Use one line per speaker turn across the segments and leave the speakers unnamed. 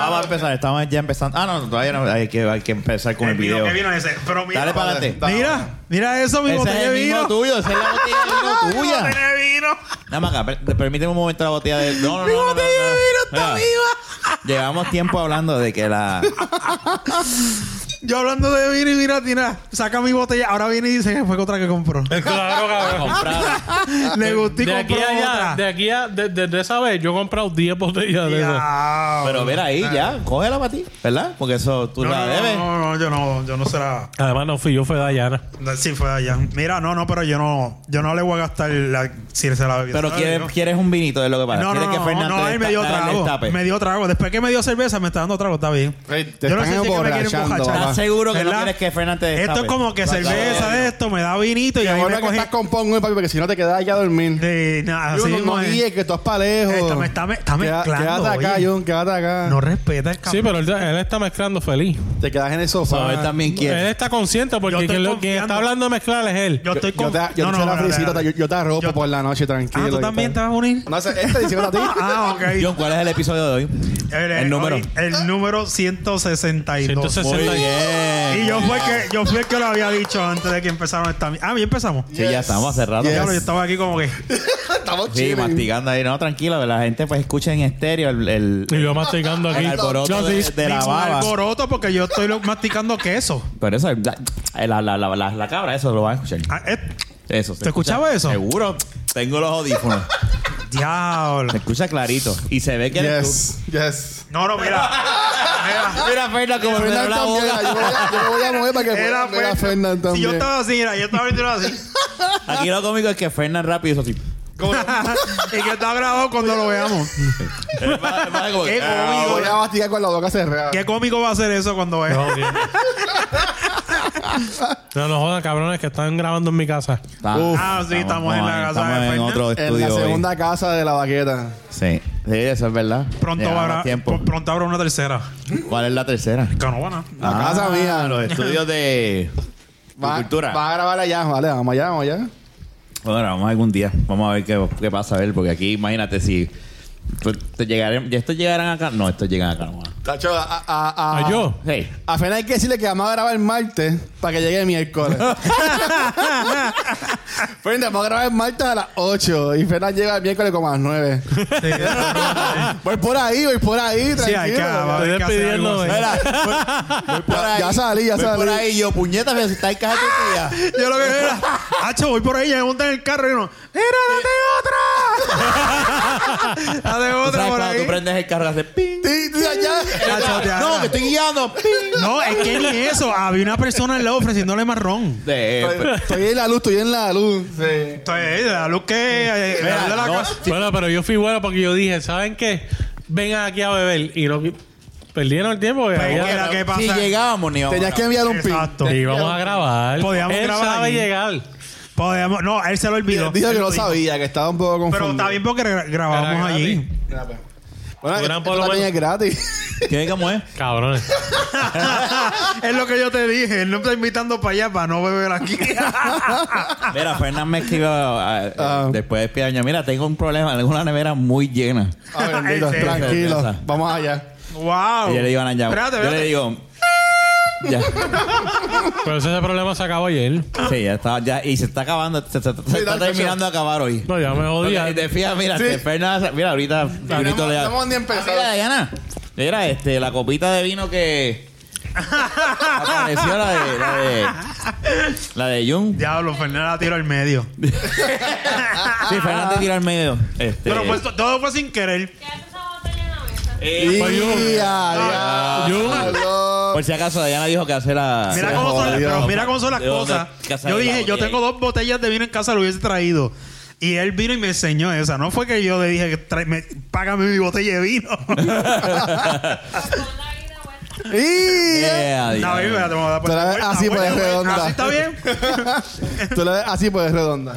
Vamos a empezar, estamos ya empezando. Ah, no, todavía no, hay que, hay que empezar con el,
vino
video.
que vino ese. Pero mira,
Dale para adelante.
Mira, mira eso, mi
Ese es
botella
el
de
vino
vino.
tuyo, esa es la botella de vino
joder,
tuya.
tiene vino.
Nada más acá, per- permíteme un momento la botella de. No, no, no.
Mi
no, no,
botella de vino
no. Mira,
está viva.
Llevamos tiempo hablando de que la.
Yo hablando de vino y mira, tira, saca mi botella. Ahora viene y dice que fue otra que compró.
Claro, cabrón.
comprada.
Le gustó y
De aquí
compró
a allá,
otra.
de aquí a, de- desde esa vez, yo he comprado 10 botellas de esas.
Ya,
Pero ver ahí ya, cógela para ti, ¿verdad? Porque eso tú
No,
la
no,
debes.
no, no, yo no, yo no se la.
Además, no fui yo, fue Dayana.
no, Sí, fue allá. Mira, no, no, pero yo no, yo no le voy a gastar la, si se la bebí.
Pero quieres, quieres un vinito de lo que pasa.
No, no,
quieres
no,
que Fernández
no, él me dio trago. Me dio trago. Después que me dio cerveza, me está dando trago, está bien.
Ey, te
yo no sé
están
si es que me quieren
emborrachando,
emborrachar.
papá.
¿Estás seguro que no
¿Verdad?
quieres que Fernández destape?
Esto es como que
Está
cerveza
bien.
de esto, me da vinito y
Qué
ahí
bueno
me
que
cogí.
estás con pongo, papi, porque si no te quedas allá a dormir.
Sí, nada,
Yo,
así
no,
mismo
no
es.
guíes, que tú estás pa' lejos.
Está- me está- me está
Queda-
mezclando,
Quédate acá,
oye.
John, quédate acá.
No respeta el
Sí,
cabrón.
pero él, él está mezclando feliz.
Te quedas en
No,
el sofá.
él también
Él
quiere.
está consciente
Yo
porque
estoy
quien, lo- quien
confiando.
está hablando de mezclar es él.
yo estoy
Yo
con...
te, yo te hice la
espérate,
frisita,
espérate.
yo, yo te arropo
Yo-
por la noche,
Ah,
tranquilo.
¿tú
y
también te
tal.
vas a unir?
No, ese- este diciendo a ti.
Ah, ok.
John, ¿cuál es el episodio de hoy?
El,
El número.
hoy- El número 162.
160.
Muy bien.
Y yo fue, el que, yo fui el que lo había dicho antes de que empezaron esta... mi- Ah, ya empezamos.
Sí, ya estamos hace rato.
Diablo, yo
Yes.
estaba aquí como que...
Estamos
Sí,
chilling.
mastigando ahí. No, tranquilo, que la gente pues escucha en estéreo el, el,
Y yo masticando aquí.
el alboroto
No,
de,
sí.
de la
ningún
baba.
alboroto porque yo estoy lo- masticando queso.
Pero eso, la, eh, la, la, la, la- la cabra, eso lo van a escuchar.
Ah, eh,
Eso.
¿Te escuchaba eso?
Seguro. Tengo los audífonos.
diablo.
se escucha clarito. Y se ve que eres
Yes, yes.
No, no, mira.
tú. Mira, Fernández, como me
Fernan
la
también,
boca.
yo, me voy a- yo me voy a mover para que
Era
puedan ver a
Fernan.
Fernan
Si yo
también.
estaba así, mira, yo estaba ahorita así.
Aquí lo cómico es que Fernan rápido eso sí.
y que está grabado cuando lo veamos.
El padre- el padre como que,
Qué
"Ah,
Ah,
cómico.
Voy a masticar con la boca cerrada.
Qué cómico va a ser eso cuando veamos.
No, bien. No, no jodan, cabrones, que están grabando en mi casa.
está".
Uf,
Ah, sí, estamos, en la casa de
Estamos en
Fernan.
otro
En la
estudio. hoy.
segunda casa de la vaqueta.
Sí. Sí, eso es verdad.
Pronto,
Llevamos
habrá,
tiempo.
pr- pronto habrá una tercera.
¿Cuál es la tercera?
Canovana.
La casa
Ah.
mía.
Los estudios de de
Va,
cultura.
va a grabar allá, vale, vamos allá, vamos allá.
Bueno, vamos algún día. Vamos a ver qué, qué pasa. A ver, porque aquí, imagínate si. pues, te llegaré- ¿Estos llegarán acá? No, estos llegan acá. No.
Tacho, a, a, a,
¿A yo?
Hey.
A Fernan hay que decirle que vamos a grabar el martes para que llegue el miércoles. Fernan, vamos a grabar el martes a las 8 y Fernan llega el miércoles como a las 9. voy por ahí, voy por ahí, tranquilo.
Sí, hay que, va a haber
Estoy
que hacer
despidiendo,
algo así.
eh.
Voy por
Ya- ya salí, ya
Voy
salí.
por ahí yo, puñeta, pero si está en casa
Ah,
tu tía.
Yo lo que veo era, Hacho, voy por ahí, ya me monté en el carro y uno, ¡Mira, date otra!
¿Tú
date otra
sabes
por
cuando tú
ahí.
prendes el carro y haces ping?
Sí, sí, allá.
Hacho, te
No,
hará.
que estoy guiando. ping.
No, es que ni eso. Había una persona al lado ofreciéndole marrón.
De- eh,
Estoy en la luz, estoy en la luz. Sí.
Entonces, la luz que. eh, la luz de la
no,
casa.
Bueno, pero yo fui bueno porque yo dije, ¿saben qué? Vengan aquí a beber. Y no perdieron el tiempo. porque
Pero
había-
era que
Si
pasa.
llegábamos, ni vamos.
Tenías que enviar un pin.
Exacto.
Y vamos a grabar.
Podíamos
Él
grabar
sabe
aquí.
llegar.
Podemos, no, él se lo olvidó.
Dijo que
Él
no
lo dijo.
sabía, que estaba un poco confundido.
Pero está bien porque gra- grabamos
Era gratis.
allí.
Bueno,
Gran
esto
por lo
también
menos.
es gratis.
¿Qué cómo es?
Cabrones.
es lo que yo te dije. Él no está invitando para allá para no beber aquí.
Mira, Fernan me escribió ah, eh,
Ah.
después de este año. Mira, tengo un problema. Tengo una nevera muy llena.
Ah, bendito,
En serio.
tranquilo.
Cerveza.
Vamos allá.
wow.
Y yo le digo a Nanya.
Oh. Espérate,
Yo le
espérate.
digo. Ya.
Pero ese problema se acabó ayer.
Sí, ya está. Ya, y se está acabando. Se, se- se está
dale,
terminando de acabar hoy.
No, ya me jodía.
Porque si te fijas, mira, te Fernan- mira, ahorita Junito
no
le-
hemos ni empezado.
Ah, Mira, Diana. Mira, este, la copita de vino que apareció la de la de la de Jun.
Diablo, Fernanda la tiro al medio.
Sí, Fernández tira al medio. Este,
Pero pues, todo fue sin querer.
¿Qué hace esa botella en la mesa?
eh, ah,
Y- ya,
Yo,
ya.
por si acaso Diana dijo que hacer la
Mira,
Ah, Se
cómo son, las-
jodió.
pero mira cómo son las
¿De dónde?
cosas.
Casa
Yo
de la
dije, yo
botella.
tengo dos botellas de vino en casa, lo hubiese traído. Y él vino y me enseñó esa. No fue que yo le dije, que trae- me- págame mi botella de vino.
Pues pon la vida vuelta.
Y-
Yeah,
No,
Diana.
baby, espérate, vamos a dar por-
Te la ves así,
vuelta,
pues,
vuelta.
redonda.
Así está bien.
Tú la ves así, pues redonda.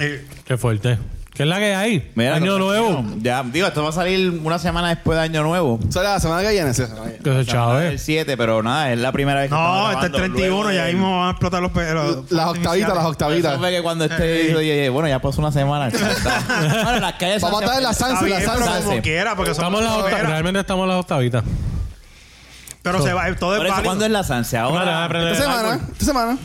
Eh,
qué fuerte. ¿Qué es la que hay?
Mira,
Año
no-
nuevo.
Ya, digo, esto va a salir una semana después de Año Nuevo.
Sale la semana que viene, sí, la semana que viene.
Que se
El
chave.
7, pero nada, es la primera vez que
No,
estamos
está el
grabando.
31,
Luego
ya
del-
mismo van a explotar los pelos.
Las octavitas, las
Eso
octavitas.
fue que cuando
Eh,
este oye, bueno, ya pasó una semana. bueno, las calles
Vamos a estar en la
las
salsa, en la
pero
salsa.
salsa.
como quiera, porque
Estamos
somos
en las octavitas.
octavitas.
Realmente estamos en las octavitas.
Pero se va, eh, todo
Por
es
eso,
válido.
¿Cuándo es la Sanse?
Ahora,
Ahora.
aprende
Esta
algo.
semana, esta semana.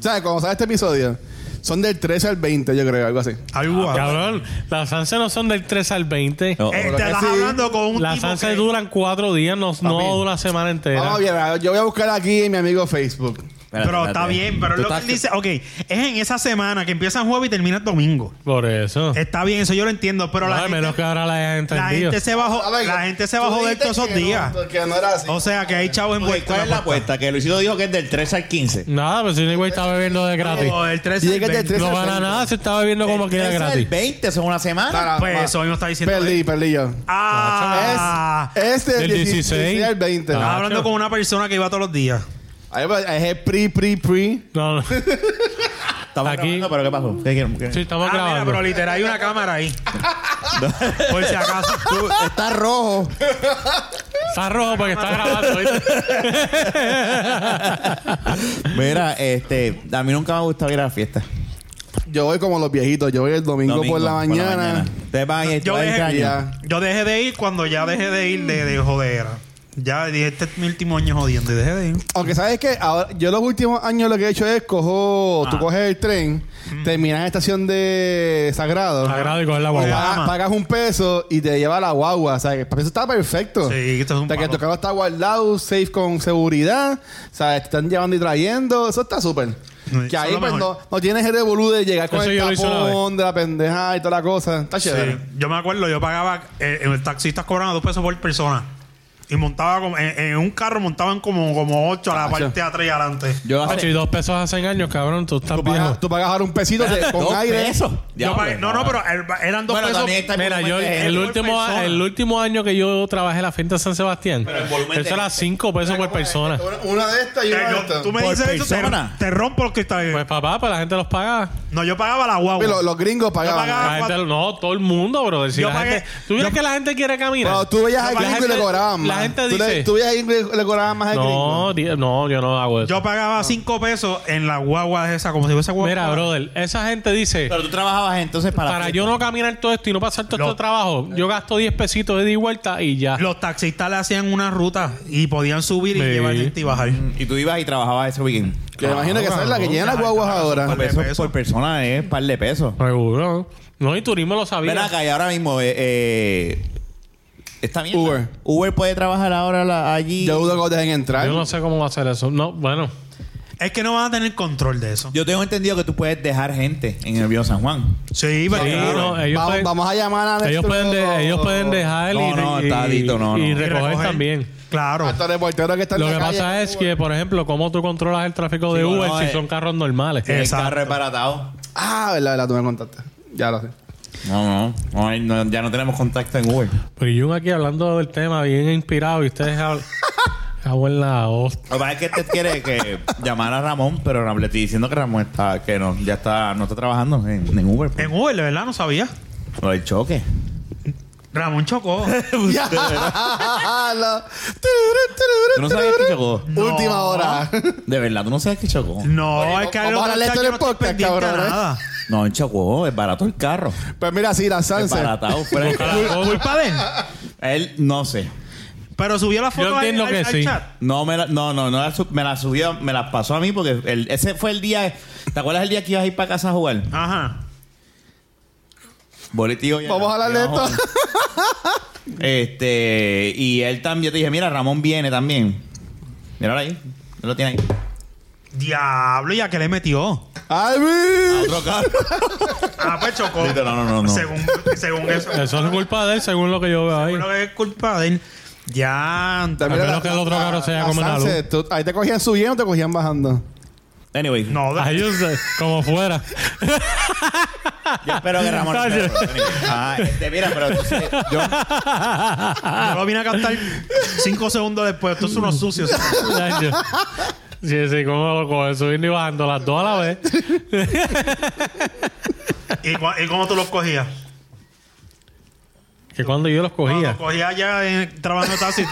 ¿Sabes? Cuando sale este episodio, son del 13 al 20, yo creo, algo así.
Ah,
Algo así.
Cabrón, las Sanse no son del 3 al 20.
No.
Eh,
Lo
te
que
estás
sí.
hablando con un
Las
tipo
Sanse
que-
duran cuatro días, no, no dura semana entera.
Vamos a ver, yo voy a buscar aquí en mi amigo Facebook.
Espérate,
Pero está
espérate.
bien, pero
Tú
lo que
estás-
él dice, ok, es en esa semana que empieza el jueves y termina el domingo.
Por eso.
Está bien, eso yo lo entiendo, pero
No,
Eh, la
al menos
gente,
que ahora la hayan
la
entendido.
gente se bajó,
A ver,
la gente se
tú
bajó de
dijiste
todos esos
que no,
días.
que no era así.
O sea, que hay chavos
Ok,
envueltos.
¿Cuál es la apuesta? Que Luisito dijo que es del 13 al
se...
15.
Nada, pero si el güey está bebiendo de gratis.
O el 13
Y es que
al
del
20.
13
No
al
gana
20.
nada, se está bebiendo como quiera
al
gratis.
20, eso es una semana.
Para,
Pues
ma-
eso mismo está diciendo.
Perdí, perdí yo.
Ah,
es es del
Del
16,
16
al 20.
estaba
Ah.
hablando con una persona que iba todos los días.
Ahí va, Es el pre, pre, pre.
No, no.
Estamos
Aquí-
grabando, pero ¿qué pasó? ¿Qué quiero- qué-
Sí, estamos
Ah, mira,
grabando.
pero literal hay una cámara ahí. Por si acaso.
Está rojo.
Está rojo porque está grabando. ¿viste?
Mira, este, a mí nunca me ha gustado ir a la fiesta.
Yo voy como los viejitos. Yo voy el domingo, por la mañana.
Ustedes van a ir
Yo
van a ir
dejé-
cada año.
Ya.
Yo dejé de ir cuando ya dejé de ir de, de jodera. Ya dije, este es mi último año jodiendo y dejé de ir.
Aunque sabes que ahora, yo los últimos años lo que he hecho es cojo, tú coges el tren, terminas en la estación de Sagrado,
Sagrado y coger la guagua.
pagas, pagas un peso y te lleva la guagua. O sea, que para eso está perfecto.
Sí, esto es un
O sea, que
palo.
tu carro está guardado, safe con seguridad, o sea, te están llevando y trayendo, eso está súper.
Sí,
que
eso
ahí
es lo
pues no,
mejor.
no tienes el revolú de llegar con
Eso
el
yo lo hice una
tapón de la pendeja y toda la cosa. Está
Sí,
chévere.
yo me acuerdo, yo pagaba, eh, el taxista cobraba dos pesos por persona. Y montaba como, en, en un carro montaban como, como ocho a la parte de atrás y adelante.
Yo
Pacho, y
hace
dos pesos hace años, cabrón. Tú estás
Tú pagas,
viejo.
tú pagas ahora un pesito te- con
dos
aire.
pesos.
Yo
Diablo,
pagué- no, no, pero el- eran dos
Bueno,
pesos.
también está
Mira, yo
volumen de
el
gente.
por
último,
persona.
el último año que yo trabajé en la fiesta de San Sebastián,
Pero el volumen de
eso era
gente.
5 pesos por persona.
Una- Una de estas y
Eh,
una de
yo-
estas.
tú me
Por
dices eso, te,
persona.
te rompo los cristales.
Pues papá, pues la gente los paga.
no, yo pagaba la guagua.
Los, los gringos pagaban.
pagaba-
La gente, no, todo el mundo, brother. Si
Yo
la
pagué-
gente- ¿Tú crees que la gente quiere caminar?
Cuando tú veías al
La
gringo y le
gente-
cobraban más.
La gente
Tú le-
dice...
Tú veías al gringo y le cobraban más al
no,
gringo.
di- no, yo no hago eso.
Yo pagaba cinco pesos en la guagua esa, como si fuese guagua.
Ah. Mira, brother, esa gente dice...
Pero tú trabajabas entonces para.
Para yo no caminar todo esto y no pasar todo
Lo-
este trabajo, yo gasto 10 pesitos de ida y vuelta y ya.
Los taxistas le hacían una ruta y podían subir y
Sí.
llevar gente y bajar.
Y tú ibas y trabajabas ese weekend.
Que me imagino que esa es la que llena las guaguas ahora.
Por,
de
peso,
pesos.
por persona es par de pesos.
Seguro. No, y turismo lo sabía.
Ven acá y ahora mismo. Eh, eh, esta mierda.
Uber.
Uber puede trabajar ahora la- allí.
Yo dudo que los dejen entrar.
Yo no sé cómo va a hacer eso. No, bueno.
Es que no van a tener control de eso.
Yo tengo entendido que tú puedes dejar gente en el Viejo San Juan.
Sí, pero
Sí, no, ellos
vamos,
pueden,
vamos a llamar a
ellos pueden,
nuestro-
de- ellos pueden dejar
No,
y,
no,
y-
está adicto, no,
y
no.
Y
recoger también.
Claro.
a nuestro reportero que Ah, está en
Lo
la
que
calle.
pasa es que, por ejemplo, cómo tú controlas el tráfico de
Sí,
Uber
no,
si
eh.
son carros normales.
El
Exacto.
carro es baratado.
Ah, verdad, verdad, tú me contaste. Ya lo sé.
No, no, no, hay- no, Ya no tenemos contacto en Uber.
Pero yo aquí hablando del tema bien inspirado y ustedes hablan... Cago en la hostia.
Lo que pasa es que este quiere que llamar a Ramón, pero Ramón- le estoy diciendo que Ramón está, que no, ya está, no está trabajando en, en Uber. pues.
En Uber, de verdad, no sabía.
Lo del choque.
Ramón chocó.
Ya. Lo-
¿Tú no sabías que chocó?
Última hora.
De verdad, tú no sabes que chocó.
No,
Oye,
es que al
vamos a
otro
hablar de esto
muchacho
en el
no estoy
podcast,
pendiente a
cabrón, ¿eh?
nada.
No, el chocó, es barato el carro.
Pues mira, sí, la
Es
Sanse.
baratado. Pero es que
Culpa de él.
él no sé.
Pero subió la foto
Yo
ahí
entiendo
al,
que
al
sí.
chat.
No, me la, no, no, no la sub- me la subió, me la pasó a mí porque el- ese fue el día. ¿Te acuerdas el día que ibas a ir para casa a jugar?
Ajá.
Boletío ya.
Vamos a hablar de
Ya,
esto.
joven. Este, y él también, yo te dije, mira, Ramón viene también. Míralo ahí. Él lo tiene ahí.
Diablo, ¿y a qué le metió?
¡Albi!
Otro carro.
Ah, pues chocó.
Dito, no, no, no, no.
Según, según eso.
Eso es culpa de él, según lo que yo veo ahí.
Seguro que es culpa de él. Ya.
También
menos
la-
que el otro
la-
carro se haya
la
comido la luz.
Sanse, tú- Ahí te cogían subiendo o te cogían bajando.
Anyway,
No, de-
Ahí usted, como fuera.
yo espero que Ramón.
Oye.
Ah, este, mira, pero entonces, yo,
Ah.
yo lo vine a cantar cinco segundos después. Esto es unos sucios.
Nacho. Sí, sí, como loco, subiendo y bajando las dos a la vez.
¿Y, cua- y cómo tú los cogías?
Que cuando yo los cogía,
Cuando cogía ya en, trabajando taxi,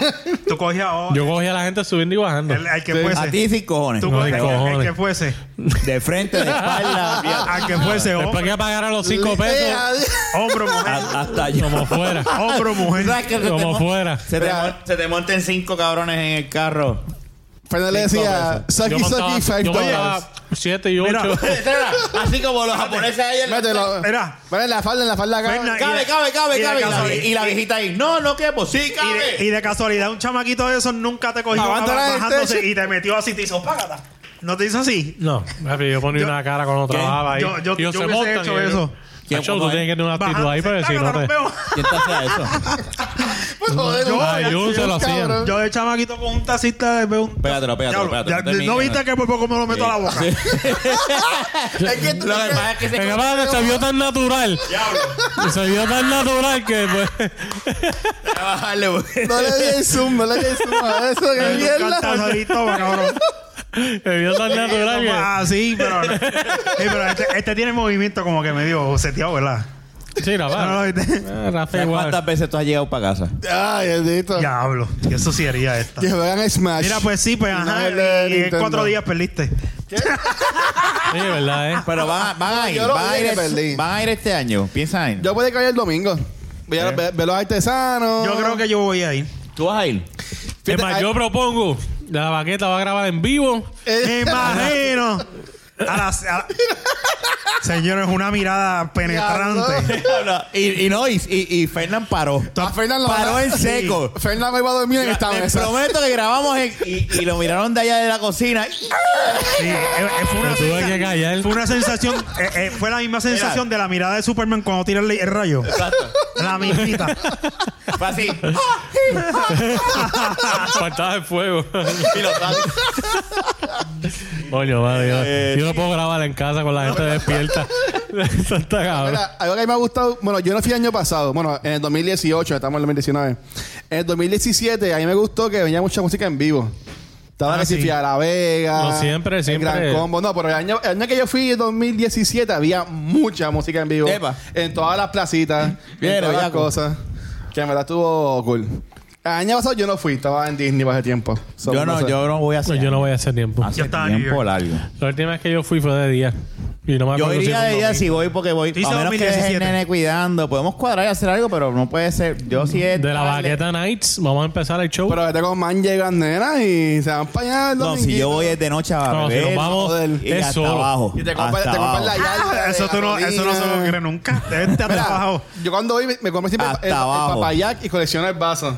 tú cogías oh,
yo cogía a la gente subiendo y bajando.
el, al que
Sí.
fuese.
A ti sin cojones.
Tú
No,
cogías
de
al- al
cojones.
que fuese.
De frente, de espalda. fíjate.
Al que fuese. hom-
Después que pagara los cinco
Eh,
Eh,
ah,
pesos,
Hombre, mujer.
A- hasta yo.
como fuera.
Hombre, mujer.
Se te
Como
mon-
fuera.
Se te, mon- se te monten cinco cabrones en el carro.
Fernan le decía,
Yo
Saki
montaba,
Saki Five
yo
Dollars.
montaba siete y ocho.
Espera, Así como los japoneses ahí. en-
Mételo.
Mira.
Vale, en la falda, en la falda acá.
Fernan,
Cabe,
y-
cabe, cabe,
y de
cabe. Y la,
casualidad-
vi- y la viejita ahí. No, no quepo. Sí,
Y de,
cabe.
y de casualidad, un chamaquito de esos nunca te cogió
Aguanta la
bajándose
gente.
y te metió así, te hizo págata. ¿No te hizo así?
No, papi, yo ponía
Yo-
una cara cuando
¿Qué?
trabajaba ahí.
Yo- yo-
Ellos
yo
se
hubiese
montan
hecho
y yo-
eso.
¿Quién fue
Macho, tú tienes que tener una actitud ahí para decir, no
Bajándose,
te...
tácata, nos
¿Quién te hacía eso?
Pues, joder,
Yo-
güey,
Ay, yo se lo hacía.
cabrón.
vemos. Yo de chamaquito con un taxista veo un...
Pégatelo, pégatelo,
Diablo,
pégatelo.
ya- ¿No viste que por poco me lo meto a la boca?
Es que tú-
Lo que pasa es que
Lo
se
que pasa es que se vio tan natural. Se vio tan natural que pues,
bajarle, güey.
No le di el zoom, no le di el zoom a eso, que
Me encanta
mierda.
esa toma, cabrón.
se vio tan natural que...
Ah, sí, pero... no. Sí, pero este, este tiene movimiento como que medio seteado, ¿verdad? ¿No este,
Sí,
lo
Rafa.
viste?
Ah, Rafa
¿Sabes
igual.
¿Cuántas veces tú has llegado para casa?
Ay, bendito.
Diablo. Y eso sí haría esta.
Que juegan Smash.
Mira, pues sí, pues
No
ajá.
es de
y- y en
Nintendo.
cuatro días perdiste.
Sí, verdad, eh.
Pero van, van a ir,
Yo lo
van a ir,
dije, perdí.
van a ir este año. Piensa en.
Yo puedo caer el domingo. Voy a ver ver los artesanos.
Yo creo que yo voy a ir.
¿Tú vas a ir?
Fíjate,
Es más,
hay-
yo propongo, la baqueta va a grabar en vivo.
Me
Eh,
imagino. A las, a la- Señores, una mirada penetrante.
y, y no, y, y, y Fernán paró.
a Fernan lo
Paró
van a-
en seco.
Fernan me iba a dormir en esta
Les
mesa.
prometo que grabamos en- y, y lo miraron de allá de la cocina.
Sí, eh, eh, fue,
Pero
una
tuve que
sensa-
callar.
fue una sensación. eh, eh, fue la misma sensación de la mirada de Superman cuando tira el, el rayo.
Exacto.
La mismita.
Fue así.
Faltaba el fuego.
Y lo tal.
Coño, madre.
Eh,
Yo, yo no puedo grabar en casa con la gente despierta. Eso está cabrón.
Mira, algo que a mí me ha gustado, bueno, yo no fui el año pasado, bueno, en el 2018, estamos en el 2019. En el 2017 a mí me gustó que venía mucha música en vivo. Estaba
Ah,
que si
sí.
fui a La Vega.
No, siempre,
el
siempre.
Gran Combo. No, pero el año, el año que yo fui, en 2017, había mucha música en vivo.
Epa.
En todas las placitas,
Bien,
en todas las
bellaco.
cosas. Que en verdad estuvo cool. El año pasado yo no fui, estaba en Disney para ese tiempo. So,
Yo no,
sé.
yo no voy a
No,
hacer.
Pues yo no voy a hacer tiempo.
Hace
Yo estaba en New
tiempo
York.
largo.
La última vez que yo fui fue de día. Y no me
Yo
acuerdo si
iría
fue un
de día
domingo.
si voy porque voy.
Tú dices
A menos que deje el
2017.
nene cuidando. Podemos cuadrar y hacer algo, pero no puede ser. Yo sí es.
De la
darle-
baqueta Nights, vamos a empezar el show.
Pero vete con man llegan nenas y se van para allá. el
No, si
dominguito.
yo voy es de noche a
No, si
beber
nos vamos,
y
es
hasta
solo.
abajo.
Y te compras
hasta
te compras
abajo.
la yarda.
Ah,
de
eso, tú no, eso no se lo
gasolina.
cree nunca. Este ha
Mira,
trabajado.
Yo cuando voy me- me compré siempre
Hasta
el, el
abajo.
papayac y colecciono el vaso.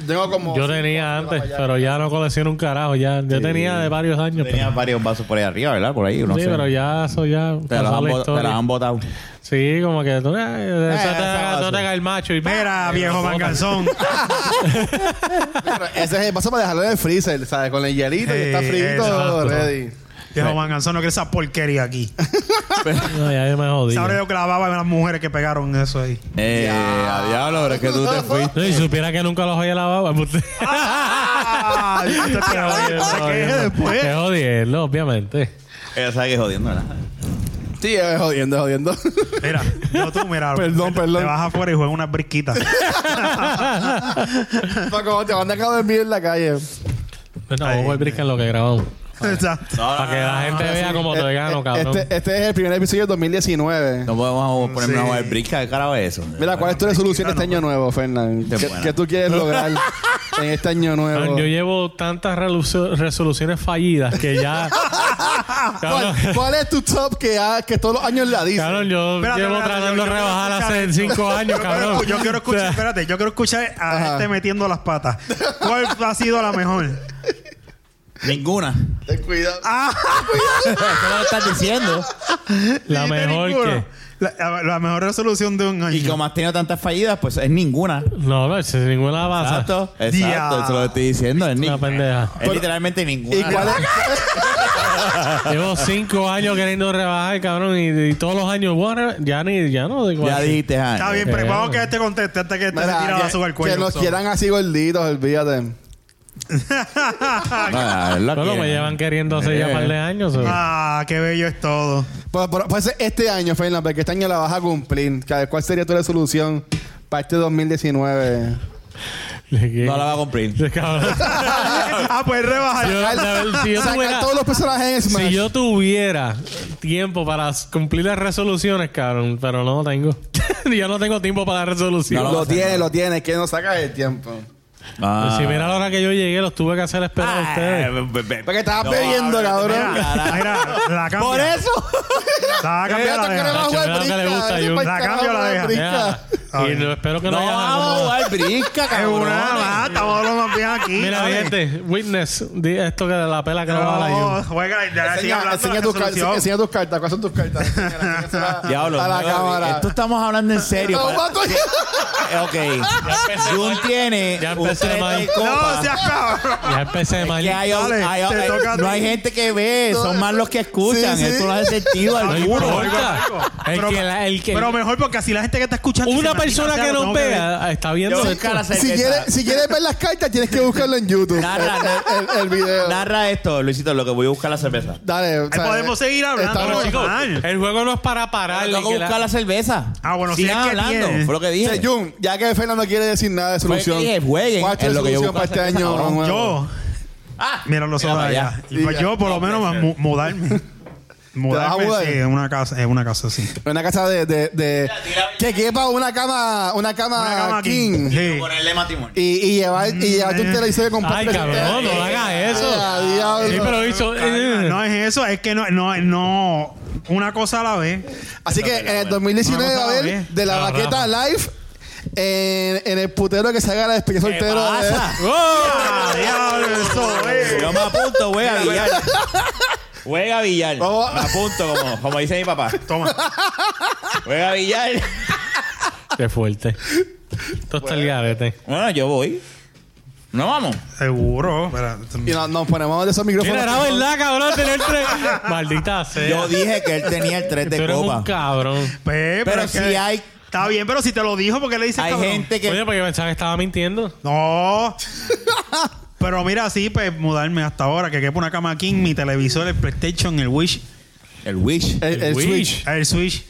Yo Tengo como.
yo tenía antes, pero ya no colecciono un carajo. Ya, yo tenía de varios años.
Tenía
pero-
varios vasos por ahí arriba, ¿verdad? Por ahí, no
sí,
sé.
pero ya eso ya.
Te las,
pasó
han
la
bot- te
historia.
las han botado.
Sí, como que tú, eh, eso te,
esa
eso
base.
te cae el macho y
Mira,
y
viejo
lo botan.
manganzón.
Pero Ese es el vaso para dejarlo en el freezer, ¿sabes? Con el hielito y
Sí,
está frito,
exacto.
ready.
Viejo manganzón, no que esa porquería aquí.
No, ya yo me jodí.
Sabré yo que lavaba a las mujeres que pegaron eso ahí.
Eh, a diablo, pero es que tú te fuiste.
No, y supiera que nunca los había lavado. pues, usted-
Ah, yo te-
Qué jodiendo,
¿Para qué
jodiendo.
después?
Qué jodiendo, eh, obviamente.
Ella sabe que jodiendo, ¿verdad?
Sí, es jodiendo, es jodiendo.
Mira, no tú, mira.
Perdón,
te-
perdón.
Te vas afuera y juegas unas brisquitas.
Para como te van a dejar dormir en la calle.
Pues No, vamos a brincar lo que grabamos.
Exacto.
Para que la
Ah,
gente vea cómo
Eh,
te gano, cabrón.
Este, este es el primer episodio del 2019.
No podemos ponernos
Sí.
a jugar brisca. ¿Qué carajo es eso?
Mira, ¿cuál es tu resolución de este año nuevo, Fernán?
Qué
¿Qué,
buena.
qué tú quieres lograr en este año nuevo?
Yo llevo tantas resolu- resoluciones fallidas que ya.
¿Cuál,
cabrón,
pues,
cuál es tu top que, ha- que todos los años la dices?
cabrón, yo
Espérate,
llevo
espérate,
tratando
yo-
de
yo
rebajar
quiero
hace
escuchar-
cinco años,
Yo
cabrón.
quiero- Yo quiero escuchar,
O sea,
espérate, yo quiero escuchar a
Ajá.
gente metiendo las patas. ¿Cuál ha sido la mejor?
Ninguna.
Ten cuidado.
¿Qué me estás diciendo?
la
Dijiste
mejor
ninguna.
que.
La, la- la mejor resolución de un año.
Y como has tenido tantas fallidas, pues es ninguna.
No, no, sin ninguna baza.
Exacto.
Diablo.
Exacto. Eso lo estoy diciendo. Es, ni-
Ah. Una pendeja.
es literalmente ninguna.
¿Y cuál es?
Llevo cinco años queriendo rebajar, cabrón, y, y todos los años, bueno, ya ni, ya no digo
Ya
así.
dijiste, ah,
Está bien, pero
Eh.
vamos que este conteste antes que este
Mira,
se tira
que-
la suba al
Que
cuello.
nos quieran así gorditos, olvídate.
no, la verdad
Bueno,
que-
me llevan queriendo hace
Eh.
ya par de años. o-
Ah, qué bello es todo.
Pues, pues, pues, este año, Fernández, porque este año la vas a cumplir. ¿Cuál sería tu resolución Parte 2019.
Le que-
No la va a cumplir.
Le- cabrón.
ah, pues rebajar.
Yo, la- si yo
Sacar
tuviera-
todos los personajes en Smash.
si yo tuviera tiempo para cumplir las resoluciones, cabrón, pero no tengo. yo no tengo tiempo para las
No
resoluciones.
lo tiene, lo tiene, que no saca el tiempo.
Ah.
Si mira la hora que yo llegué, los tuve que hacer esperar a ustedes.
Ah, be- be-
Porque estabas
No,
bebiendo,
ábrete,
cabrón.
mira.
Mira, la cambia.
Por eso.
La cambia, la
Fíjate que no va a
deja.
jugar
Chacho, veo que le
brinca,
gusta
ese
y un-
pa'l
La
carajo
cambio, la
no
deja.
brinca.
Ya. Y no, espero que no
No
haya
vamos a jugar brinca,
Es
cabrón.
una más, Ah, estamos hablando más bien aquí.
Mira,
dale.
fíjate, Witness, di esto que de la pela que no, va a la
No,
Jun.
juega y ya sigue
Enseña,
hablando de
enseña
la
tus cartas,
resolución.
enseña tus cartas. ¿Cuáles son tus cartas? Enséñala, enséñala
Diablo.
a la
no,
cámara.
Esto estamos hablando en serio.
No,
Para-
mato ya.
Eh, Ok. Jun tiene
Ya
un
empecé
set
mal.
de
No,
copas
se acaba.
Ya empecé mal.
que hay-
Dale,
hay-
te
hay-
toca a
no
ti.
hay gente que ve, son más los que escuchan.
Sí, sí.
Esto no hace sentido
No
alguno.
importa. El
Pero-
que la- el que-
Pero mejor porque así la gente que está escuchando.
una
dice,
persona
"Maldita
que
sea, lo
nos
tengo ver".
vea está viendo
Yo-
esto.
cara, se-
Si quieres, si quieres ver las cartas, tienes que buscarlo en YouTube.
Narra.
el, el- el video.
Narra esto, Luisito, lo que voy a buscar la cerveza.
Dale. o sea,
podemos seguir hablando,
estamos-
chicos. mal.
El juego no es para parar.
Tengo que buscar la cerveza.
Ah, bueno, si
Sigan
es que
hablando.
tiene.
Fue lo que dije.
Dice, Jun, ya que Fernando no quiere decir nada de
Fue que
solución.
dije, jueguen,
¿Cuál es
es
la
lo que yo busco
solución para este
hacer,
año?
cabrón.
nuevo?
Yo.
Ah,
Mira los
Mira
otros
para
allá.
allá.
Y pues yo, por lo menos, va a mu- mudarme.
vas a
Mudarme,
mudar?
sí, en una casa, en una casa así.
Una casa de, de, de- que quepa una cama, una cama,
Una cama
king.
Ah, king. Sí.
ponerle matrimonio.
Y, y llevar, y llevar tu televisor completo.
Ay, cabrón, no hagas eso.
Ay, diablo.
Sí, pero hizo.
Calma, No es eso, es que no, no, no. Una cosa a la vez.
Así que en el 2019 va a haber de la
Rafa.
baqueta live en, en el putero que se haga la despedida
¿Qué
soltero. eh, de-
pasa?
¡Ah, diablo, eso, eh!
Yo me apunto, voy a billar. Voy a billar. Me
Vamos.
apunto, como, como dice mi papá.
Toma.
Voy a billar.
Qué fuerte. Esto está el garete.
Bueno, yo voy. No vamos.
Seguro. espera.
Y no- nos ponemos de esos micrófonos.
Mira, era verdad, cabrón, tener tres. Maldita sea.
Yo dije que él tenía el 3
Tú
de
eres un
copa.
cabrón.
Pe,
Pero
es
si
que-
hay-
Está bien, pero si te lo dijo, porque le dices
Hay
cabrón?
gente
Oye,
que.
porque pensaba que estaba mintiendo.
No. Pero mira, sí, pues mudarme hasta ahora, que quepa una cama aquí, mi televisor, el PlayStation, el Wish,
El Wish.
El, el
Wish.
Switch.
el Switch.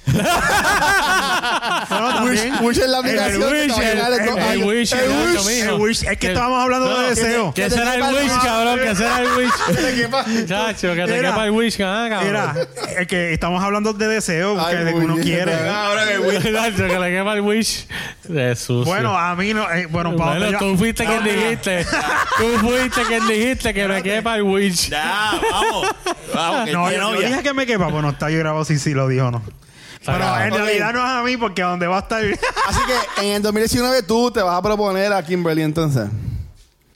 No, no, también.
Wish es la
El
aplicación que
Wish,
te va a llegar
el-
en dos
el
años.
Wish,
El
el
Wish.
Wish.
El Wish. Es que estábamos hablando de deseo.
¿Qué será el
te-
wish,
te-
cabrón? ¿Qué será el wish?
¿Qué pasa?
Chacho, que te
Mira,
quepa el wish, ah, cabrón.
Mira, es que estamos hablando de deseo,
Ay, Ah,
porque de que uno
puñeta.
quiere.
Chacho, que le quepa el wish. Jesús.
Bueno, a mí no. eh, bueno, para
Bueno, tú fuiste quien dijiste. Tú fuiste quien dijiste que me quepa el wish.
Ya, vamos. Vamos, que
No,
tiene
yo no
novia.
dije que me quepa, pues no está yo grabado si sí lo dijo o no. Pero en
Ok.
realidad no es a mí, porque a donde va a estar.
Así que en el 2019 tú te vas a proponer a Kimberly entonces.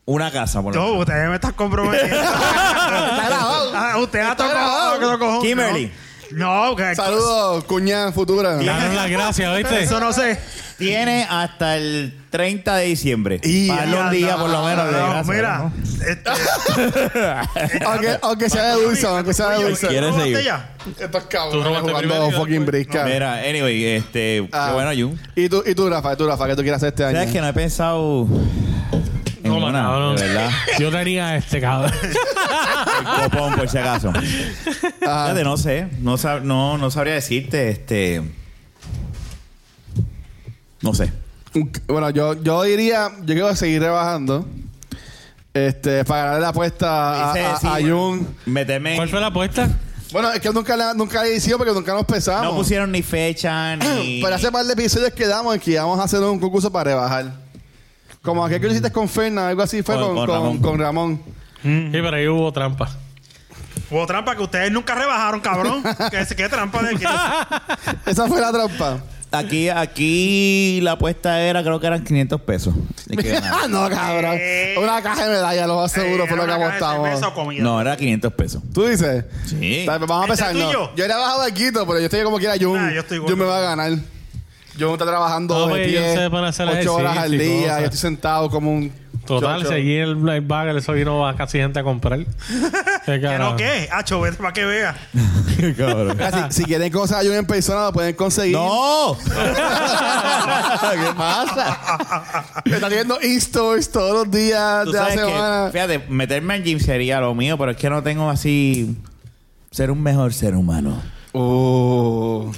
Una casa, por
No,
lo menos.
ustedes me están comprometiendo.
Está grabado.
Ah, usted ha
grabado.
tocado. que lo cojo-
Kimberly.
No, no, que
Saludos, cuñada futura.
Danos las gracias, ¿viste?
eso no sé.
Tiene hasta el 30 de diciembre.
Y-
Para los días, por lo menos. de
No,
gracia,
mira.
¿no?
este,
Aunque, aunque sea de Wilson, aunque sea de
oye,
Wilson.
¿Quieres
¿no
seguir?
votaste ya?
Estos
Tú
cabrones
robaste primero
jugando
y
fucking
después-
brisca.
Mira, anyway, este.
Ah.
Qué bueno, Jun.
¿Y tú, y tú, Rafa, y tú, Rafa, ¿qué tú quieres hacer este año?
¿Sabes que no he pensado en
No,
una,
cabrón.
de verdad?
Yo tenía este, cabrón.
El copón, por si acaso. Fíjate, no sé. No, sab- no, no sabría decirte, este... No sé.
Un- Bueno, yo, yo diría, yo quiero seguir rebajando. Este, para ganar la apuesta a,
Dice,
a,
sí,
a Jun.
Méteme...
¿Cuál fue la apuesta?
Bueno, es que nunca la, nunca la he decidido porque nunca nos pensamos.
No pusieron ni fecha, ni...
Pero hace par de episodios quedamos en que íbamos a hacer un concurso para rebajar. Como aquel que lo hiciste con Ferna, algo así fue
Con-
con,
con
con-
Ramón.
con Ramón.
Mm.
Sí, pero ahí hubo trampa.
Hubo trampa que ustedes nunca rebajaron, cabrón. ¿Qué, qué trampa de qué?
Esa fue la trampa.
Aquí, aquí la apuesta era, creo que eran 500 pesos. Y que ganaba.
Ah, no, cabrón. Una caja de medallas, lo aseguro,
Eh,
por lo que
una caja de cerveza o
apostamos.
comida.
no, era 500 pesos.
¿Tú dices?
Sí.
Tal vez vamos a
¿Este
pensar,
es
no.
tuyo?
Yo era bajado Quito, pero yo estoy como quiera Jun.
Nah, yo estoy igual.
Jun me va a ganar. Jun está trabajando
No,
de
porque
pie,
Jun se pone a hacer
ocho horas al
ejercicio y
día.
cosas.
Yo estoy sentado como un...
Total,
chocho.
seguí el Black Bagger, eso vino a casi gente a comprar. ¿Qué
¿Que no
carajo?
qué? Hacho, vete para que vea.
Cabrón.
Ah, Si, si quieren cosas a Jun en persona, lo pueden conseguir.
¡No!
¿Qué pasa? Me está viendo e-stores todos los días
Tú
de la
sabes
semana.
que, fíjate, meterme al gym sería lo mío, pero es que no tengo así... Ser un mejor ser humano.
Oh.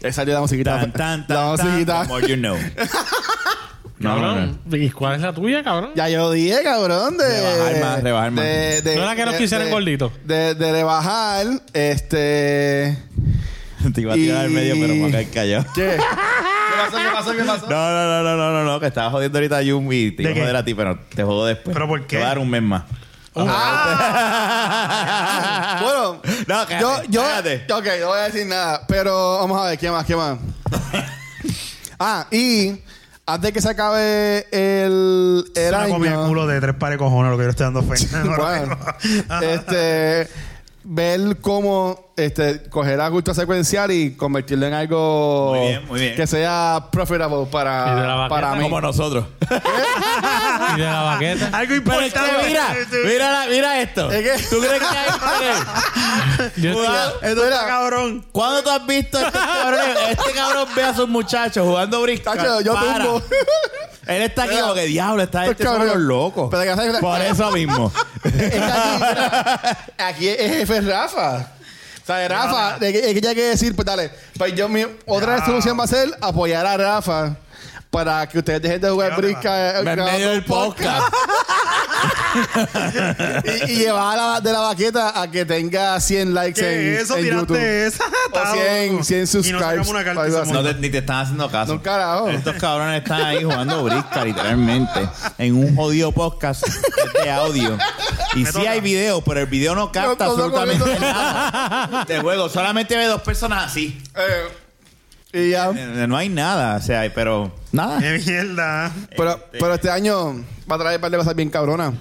Ya salió la musiquita.
Tan, tan, tan,
la
tan,
musiquita.
the more you know. No,
Cabrón, ¿Y cuál es la tuya, cabrón?
Ya yo dije, cabrón, de...
Rebajar más, rebajar más.
de- de-
No era que nos
de-
quisieran
de-
gorditos.
De, de rebajar, este...
Te iba a tirar al medio, pero me caer callado.
¿Qué? ¿Qué pasó? ¿Qué pasó? ¿Qué pasó?
No, no, no, no, no, no, no, que estaba jodiendo ahorita a Yumi. Te
¿De
iba a
qué?
joder a ti, pero te jodo después.
¿Pero por qué?
Te voy a dar un mes más.
Ah. Bueno,
No, cállate,
yo, yo,
cállate.
ok, no voy a decir nada, pero vamos a ver, ¿qué más? ¿Qué más? ah, y antes de que se acabe el, el
Era
año,
como el culo de tres pares de cojones lo que yo estoy dando fe.
bueno, este, ver cómo este, coger la cultura secuencial y convertirlo en algo
Muy bien, muy bien.
que sea profitable
Y de la
para,
baqueta
para mí.
Como nosotros.
Y de la baqueta.
Algo
Pero es
importante.
que mira, mira, la- mira esto.
Es que-
¿Tú crees que hay interés?
Yo
Jugado-
Esto era,
cabrón.
¿Cuándo tú has visto a este cabrón? Este cabrón ve a sus muchachos jugando brisca.
Tacho, yo
Para.
tumbo.
Él está aquí como que diablo, está
Estos
este son los
cabrones.
locos.
Pero que hacen-
Por eso mismo.
Está aquí, mira, aquí es jefe Rafa. O sea, Rafa, es que, es que ya hay que decir, pues dale, pues yo mi otra solución va a ser apoyar a Rafa para que ustedes dejen de jugar
Llévatela.
brisca eh,
Me en
grabando
medio
un
del podcast.
podcast. y, y llevar a la, de la baqueta a que tenga 100 likes
¿Qué
en,
es eso?
en YouTube.
Tiraste esa.
O 100, 100
Y nos sacamos
subscribes.
una carta y
algo
se
así.
No te- ni te están haciendo caso.
No, carajo.
Estos cabrones están ahí jugando brisca, literalmente. En un jodido podcast de audio. Y sí
toca.
hay video, pero el video no
No,
capta
no, no,
absolutamente
no, no.
nada de juego. Solamente ve dos personas así.
Eh, y ya.
Eh, No hay nada, o sea, pero nada.
Qué mierda.
Pero, pero este año va a traer un par de cosas bien cabronas.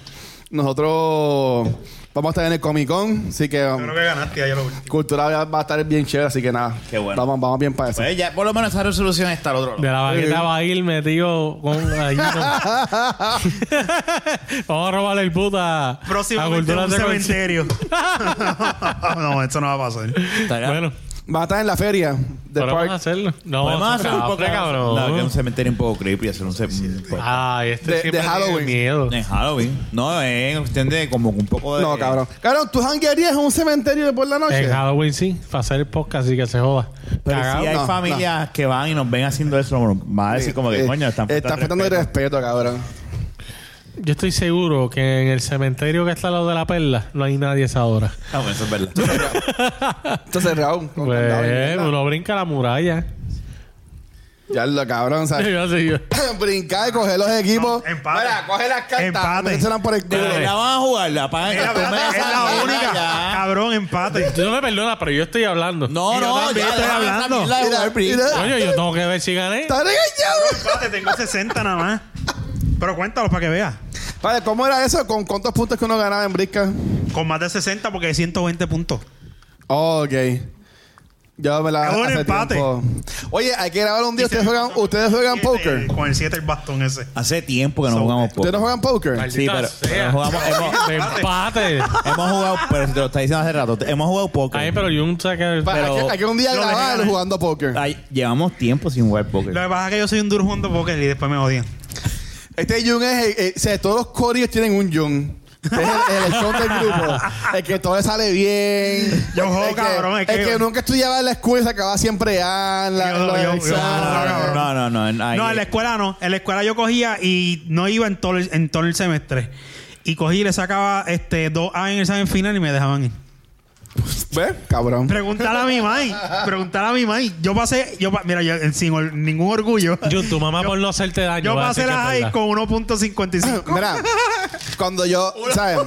Nosotros vamos a estar en el Comic Con, así que um,
Yo creo que ganaste ayer lo último.
cultura va a estar bien chévere, así que nada.
Qué bueno.
Vamos, vamos bien para eso.
Pues ya, por lo menos esa resolución está al otro
De
lado.
la baqueta va a ir metido con ahí no. Vamos a robarle el puta a
Próximamente en
Cultura
un
Secuencial.
cementerio. no, eso no va a pasar.
Estaría-
Bueno,
Va a estar en la feria del
podemos
park.
hacerlo. No,
Podemos
eso
hacer
está
un poco
fea, cabrón.
No, que un cementerio un poco creepy, hacer un cementerio.
Ay, este
De-
siempre
de
tiene
Halloween.
miedo.
En Halloween. No, en extiende como un poco de.
No, cabrón. Cabrón, ¿tú janguearías en un cementerio por la noche?
En Halloween sí, para hacer el podcast y que se joda.
Pero
Cagado.
si hay
no,
familias que van y nos ven haciendo eso, va a decir como que,
Eh,
coño, están
Está faltando el
respeto.
respeto, cabrón.
Yo estoy seguro que en el cementerio que está al lado de la perla no hay nadie a esa hora.
Ah, bueno, eso es verdad.
Entonces, Raúl, con candado y
Pues
mierda.
uno brinca la muralla.
Ya lo cabrón, ¿sabes?
Yo sé, yo-
Brincar, coger los equipos.
No, empate.
Mira, coge las cartas.
Empate.
méteselas por el
De
culo.
verdad van a jugar, la pagan
Mira,
con tu
espérate,
mesa,
es la
mira,
única.
ya.
Cabrón, empate.
Tú no me perdonas, pero yo estoy hablando.
No,
Mira,
no,
también
ya
estoy
déjame
hablando.
también la de
Mira,
jugar, Brin.
mira.
Coño, yo tengo que ver si gané.
¡Está regañado!
Empate, tengo 60 nada más. Pero cuéntalo para que veas.
Vale, ¿cómo era eso? ¿Con cuántos puntos que uno ganaba en brisca?
Con más de 60 porque hay 120 puntos.
Oh, ok. Yo me la
Es un
hace
empate.
tiempo. Oye, hay que grabar un día. Ustedes juegan, ustedes juegan
Siete,
póker.
Con el 7 el bastón ese.
Hace tiempo que no
So-
jugamos
Ustedes no
poco.
juegan póker.
Sí, pero,
Maldita
pero
sea.
jugamos, hemos,
Empate.
hemos jugado, pero si te lo está diciendo hace rato, hemos jugado poco.
Ay, pero yo un saque.
Pa-
Pero-
hay, que, hay que un día
Lo dejé
grabar
ganar.
jugando póker.
Ay, llevamos tiempo sin jugar póker.
Lo que pasa es que yo soy un duro jugando póker y después me odian.
Este Jun es. el- el- o sea, todos los coreos tienen un Jun. Es el, el son del grupo. El que todo le sale bien.
Yo juego,
El que-
cabrón, es
El
que-
que nunca estudiaba en la escuela y se acababa siempre A. En la,
Yo-
en los
yo- yo-
exámenes.
cabrón.
No, no, no. en- ay,
No, en la escuela no. En la escuela yo cogía y no iba en todo el, en todo el semestre. Y cogí y le sacaba este 2A en el examen final y me dejaban ir.
¿Ves? Cabrón.
Preguntar a mi mãe. Preguntar a mi mãe. Yo pasé, yo pa- mira, yo eh, sin or- ningún orgullo.
Yo, tu mamá por no hacerte daño.
Yo
va a
pasé
decir que
la high
es verdad.
con 1.55.
Mira, cuando yo. ¿Sabes?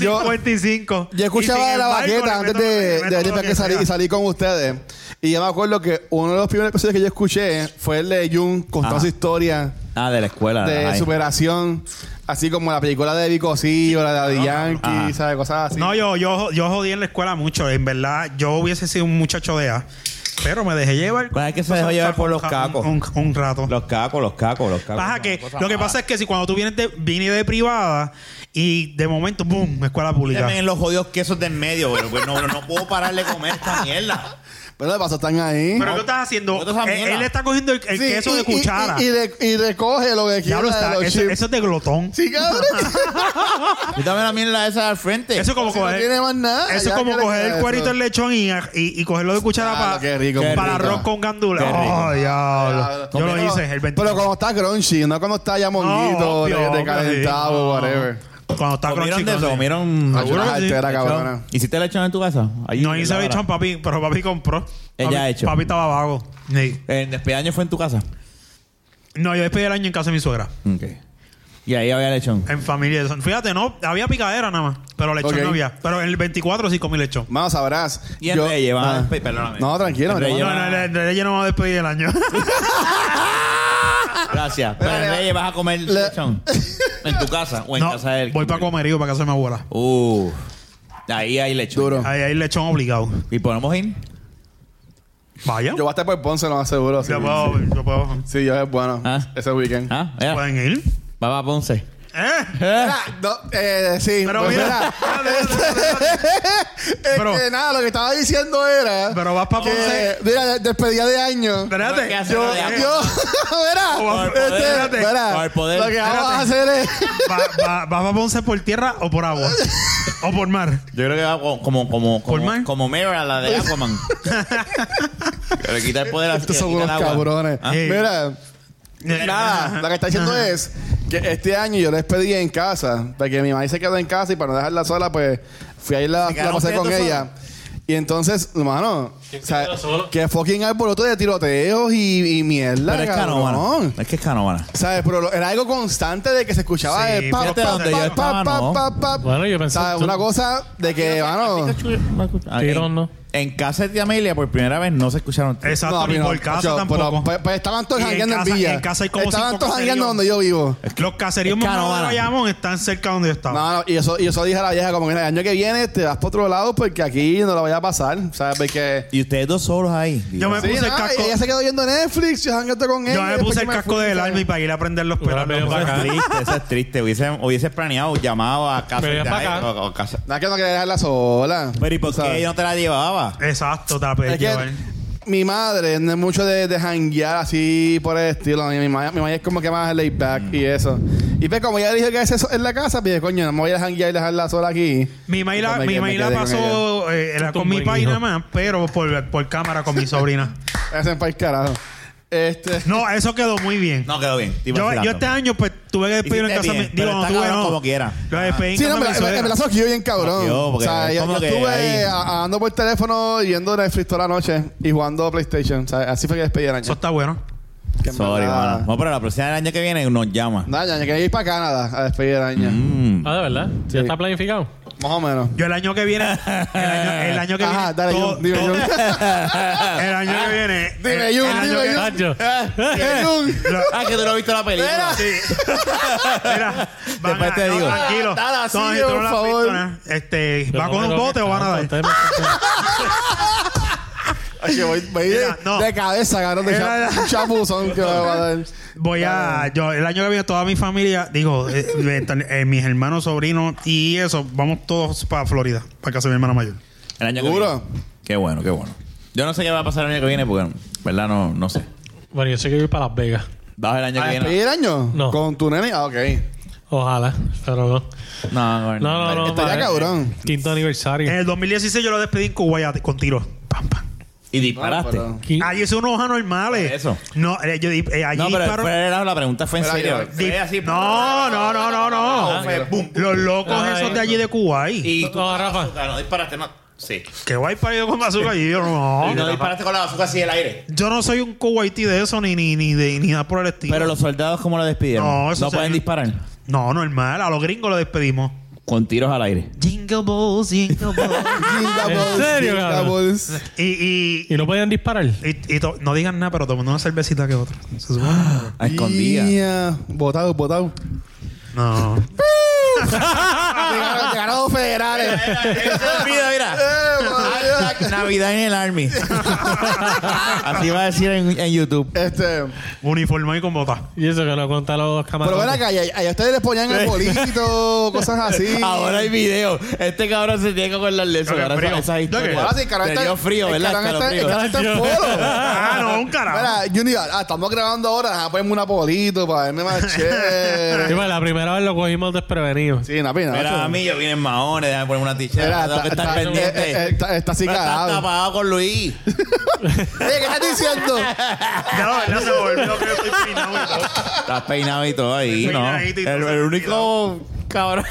Yo.
55.
Yo
Y
escuchaba
sin
de la
embargo, le
baqueta antes
meto- le
de,
meto
de
lo
venir para que salí, y
sea.
salí con ustedes. Y yo me acuerdo que uno de los primeros episodios que yo escuché fue el de Jun contando
Ajá.
su historia
Ah, de la escuela.
de
ay.
superación, así como la película de Vico sí, o la de Daddy Yankee,
Ajá.
¿sabes? Cosas así.
No, yo, yo, yo jodí en la escuela mucho. En verdad, yo hubiese sido un muchacho de A. Pero me dejé llevar.
Pues es que se dejó llevar por los
Un-
cacos.
Un, un rato.
Los cacos, los cacos, los cacos.
Pasa
Son
que,
cosas
lo que
malas.
pasa es que si cuando tú vienes de, vine de privada y de momento, boom, escuela pública.
Méteme en los jodidos quesos del medio, pero pues no, no puedo parar de comer esta mierda.
Pero de paso están ahí.
Pero ¿qué estás haciendo?
Bota esa
Él,
mierda.
él está cogiendo el, el
Sí,
queso
y-
de
y-
cuchara.
Y, y re- y recoge lo que quiera
Diablo,
de
está,
los
eso,
chips.
eso es de glotón.
Sí, cabrón.
Quítame la mierda esa al frente.
Eso es como
Si no
coger,
tiene más nada.
eso es
ya
como
que le
coger
queda
el cuerito
eso.
del lechón y, y, y cogerlo de cuchara
Claro,
para,
qué rico,
qué
para
Ah, rico.
arroz con gandula.
Qué rico.
Oh, diablo. Yo lo
Pero-
hice el 20.
Pero cuando está crunchy, no cuando está ya monguito,
obvio,
de,
obvio,
de calentado,
sí. No.
whatever.
Cuando está
¿Comieron
crunchy,
de eso?
crunchy.
¿Comieron
Ay, una
que sí.
jartera,
lechón?
cabrona.
¿Hiciste lechón en tu casa? Ahí,
No
en
hice
la hora.
bichón, papi, pero papi compró.
Ella
papi,
ha hecho.
Papi estaba vago. Sí.
¿El despedaño fue en tu casa?
No, yo despedí el año en casa de mi suegra.
Ok. Y ahí había lechón.
En familia. de San- Fíjate, no, había picadera nada más. Pero lechón
Ok.
no había. Pero en el 24 sí comí lechón.
Más sabrás.
Y en Reyes van a
Ah.
despedir, perdóname.
No, tranquilo,
En
no te
Reyes
No,
van
no,
a-
no, no, ella no me va a despedir el año.
Gracias. Pero en
Espérate.
Reyes vas a comer lechón. ¿En tu casa o en
no,
casa de él?
voy para comerío, para casa de mi abuela.
Uh. Ahí hay lechón.
Duro.
Ahí hay lechón obligado.
¿Y podemos ir?
Vaya.
Yo voy a estar por Ponce, lo más seguro. Sí,
yo puedo, yo puedo.
Sí, yo es bueno.
Ah.
Ese weekend.
¿Ah? Mira,
¿Pueden ir?
va para Ponce.
¿Eh?
Ah, no, eh, sí,
Pero
pues
mira.
mira, este,
Pero-
nada, lo que estaba diciendo era.
Pero vas pa'
que,
Ponce.
Mira, de- despedida de año.
Espérate.
Eh, ¿Qué haces?
Yo,
Pero de-
yo, mira,
Por
poder,
este,
espérate.
mira,
Por poder.
lo que vamos a hacer es.
¿Va, va, ¿Vas a Ponce por tierra o por agua? ¿O por mar?
Yo creo que va como, como, como,
¿Por mar?
como, como Mera, la de Aquaman. Que le quita el poder a
Estos son unos cabrones.
Ah.
Sí.
Mira,
Eh,
nada, lo que está diciendo es que este año yo les pedí en casa, porque mi mamá se quedó en casa y para no dejarla sola, pues fui a ir la,
¿Se
la
quedaron
pasé con
quietos
ella. Y entonces, hermano, o sea,
quedó solo?
que fucking alboroto de tiroteos y, y mierda,
Pero es canovana.
cabrón.
Es que es canovana.
¿Sabes? Pero lo- era algo constante de que se escuchaba
Sí,
el pa,
fíjate
pa,
donde
pa,
yo
pa,
estaba,
pa,
no.
pa, pa.
Bueno, yo pensé
¿Sabes?
tú-
Una cosa de que, mano.
Tirón, ¿no?
En, en casa de Amelia, por primera vez, no se escucharon. tiros.
Exacto,
a mí
ni por casa
Yo, pero,
tampoco.
pues, pues, estaban todos
Y en
jangueando en,
casa-
Villa.
en casa hay como
estaban
cinco
todos jangueando
caseríos.
donde yo vivo.
Los caseríos
es
más grandes de
caravana.
Bayamón están cerca donde yo estaba.
No, no, y eso, y eso dije a la vieja, como que el año que viene te vas para otro lado porque aquí no la vaya a pasar. ¿Sabes? Porque.
Y ustedes dos solos ahí.
Yo me
Sí,
puse el
nada,
casco.
Ella se quedó viendo Netflix, yo jangueando con ella.
Yo me
después
puse el
que
casco
fui,
del
¿sabes?
Army para ir a prender los
Hubiera
pelos.
pedido
Eso es
No,
acá.
triste, eso es triste. Hubiese, hubiese planeado, llamado a casa.
Pero ya
de
pa' acá.
ahí, o- o casa.
pues-
Nada que no quería dejarla sola.
Pero ¿y por
¿Sabes?
qué yo no te la llevaba?
Exacto, te la pedí
Es que
llevar.
mi madre no es mucho de, de janguear así por el estilo. Mi, mi, ma- mi madre es como que más laid back y eso. Y pues como ella dijo que hace eso en la casa, pues coño, no me voy a janguear y dejarla sola aquí.
Mi maila,
Entonces,
mi
me- me
maila
quedé con
pasó eh, era
Tú
con
un
mi
buen
país
hijo.
nada más, pero por, por cámara con mi sobrina.
Hacen para el carajo. Este...
No, eso quedó muy bien.
No quedó bien. te iba
yo,
vacilando.
yo este año pues tuve que despedirlo en
Hiciste
casa.
bien,
mi- digo,
pero
no
está
tuve
cabrón
no.
como quiera.
Lo despedí en
Sí, no,
casa
me,
de mi
me, me
suegra.
la soquilló bien cabrón.
Yo,
o
porque
sea,
es
yo,
como
yo
que
estuve
ahí-
a- a- andando por teléfono yendo Netflix toda la noche y jugando PlayStation. O sea, así fue que despedí el año.
Eso está bueno.
Que en
Sorry,
verdad-
mano. Bueno, pero la próxima del año que viene nos llama.
Nada, ya, ya quería ir para Canadá a despedir el año.
Mm.
Ah, de verdad.
Sí.
Ya está planificado.
Más o menos.
Yo el año que viene, el año, el año que
Ajá,
viene,
dale,
todo-
Jun, dime,
todo-
Jun. Ah,
el año que viene, el-
Dime, Jun,
el año que-
dime, Jun.
Nacho.
Dime, Jun.
Ah, que tú no has visto la película.
Sí. Mira, van
Después
a-
te
no,
digo.
tranquilo.
Ah, Dale así,
No, si tú no
por
la has
favor.
visto, nada. Este, ¿va con un bote o van a dar?
Ay, que voy, voy de,
Mira, no.
de cabeza, cabrón, de
Era-
cha- chapuzón que me va a dar.
Voy a. Yo, el año que viene, toda mi familia, digo, eh, eh, tal- eh, mis hermanos, sobrinos y eso, vamos todos para Florida, para casa de mi hermana mayor.
El año que
¿Seguro?
viene. Qué bueno, qué bueno. Yo no sé qué va a pasar el año que viene porque, ¿verdad? No, no sé.
Bueno, yo sé que voy para Las Vegas.
¿Vas el año
¿A
que
despedir
viene?
el año?
No.
¿Con tu nene? Ah, ok.
Ojalá, pero no.
No,
No, no, no.
Estaría
madre.
cabrón.
Quinto aniversario.
En el 2016 yo lo despedí en Kuwait con tiros. Pam, pam.
Y disparaste.
No,
Quin-
Ahí hice unos anormales.
Por eso.
No, eh, yo, di- eh, allí
No, pero,
disparo-
pero era- la pregunta fue en
Espera,
serio.
yo-
di-
Fue así,
no, no, no, no, no.
Ah, fue boom.
Los locos
Ay.
esos de allí de Kuwait.
Y tú.
No, Rafa.
Ah, No, disparaste, no. Sí.
Que guay parido con bazooka allí. Yo no.
Y no disparaste con la bazooka así del aire.
Yo no soy un kuwaití de eso, ni, ni, ni, de, ni nada por el estilo.
Pero los soldados, ¿cómo lo despidieron?
No,
No,
eso se-
pueden disparar.
No, normal. A los gringos lo despedimos.
Con tiros al aire.
Jingle balls, jingle balls.
¿En serio, cabrón?
y, y,
¿Y no podían disparar?
y- y to- no digan nada, pero tomando una cervecita que otra. ¿Se supone?
A escondidas.
Botado, botado.
No.
Ah. Te ganaron federales.
mira, mira. Hashtag Navidad en el Army. Así va a decir en, en YouTube.
Este,
Uniforme y con botas.
Y eso que no cuenta los
pero ven
camarones.
acá, allá, allá ustedes les ponían el bolito, cosas así.
Ahora hay video. Este cabrón se tiene que acordar de eso.
Creo que
Ahora
frío.
esa, esas
Yo que-
historias.
Pues Ahora sí, el canal
Te
está-
dio frío,
el
¿verdad?
canal está-
Escalofrío.
El canal está en polo.
Ah, no, un carajo.
Mira, Junior, ah, estamos grabando ahora, deja ponerme una polito para verme más
Sí,
chévere.
pues, la primera vez lo cogimos desprevenidos.
Sí, una pina. macho.
Mira, a mí yo vine en mahones, déjame poner una
Mira,
tichera. Tengo que
está-
estar
está-
pendiente.
eh, eh, está- está así
No estás
cagado.
tapado con Luis.
Oye, ¿qué estás diciendo?
Ya la verdad se me olvidó que yo estoy peinado y todo.
Estás peinado y todo ahí,
Estoy
¿no? El,
peinadito y todo.
el único cabrón.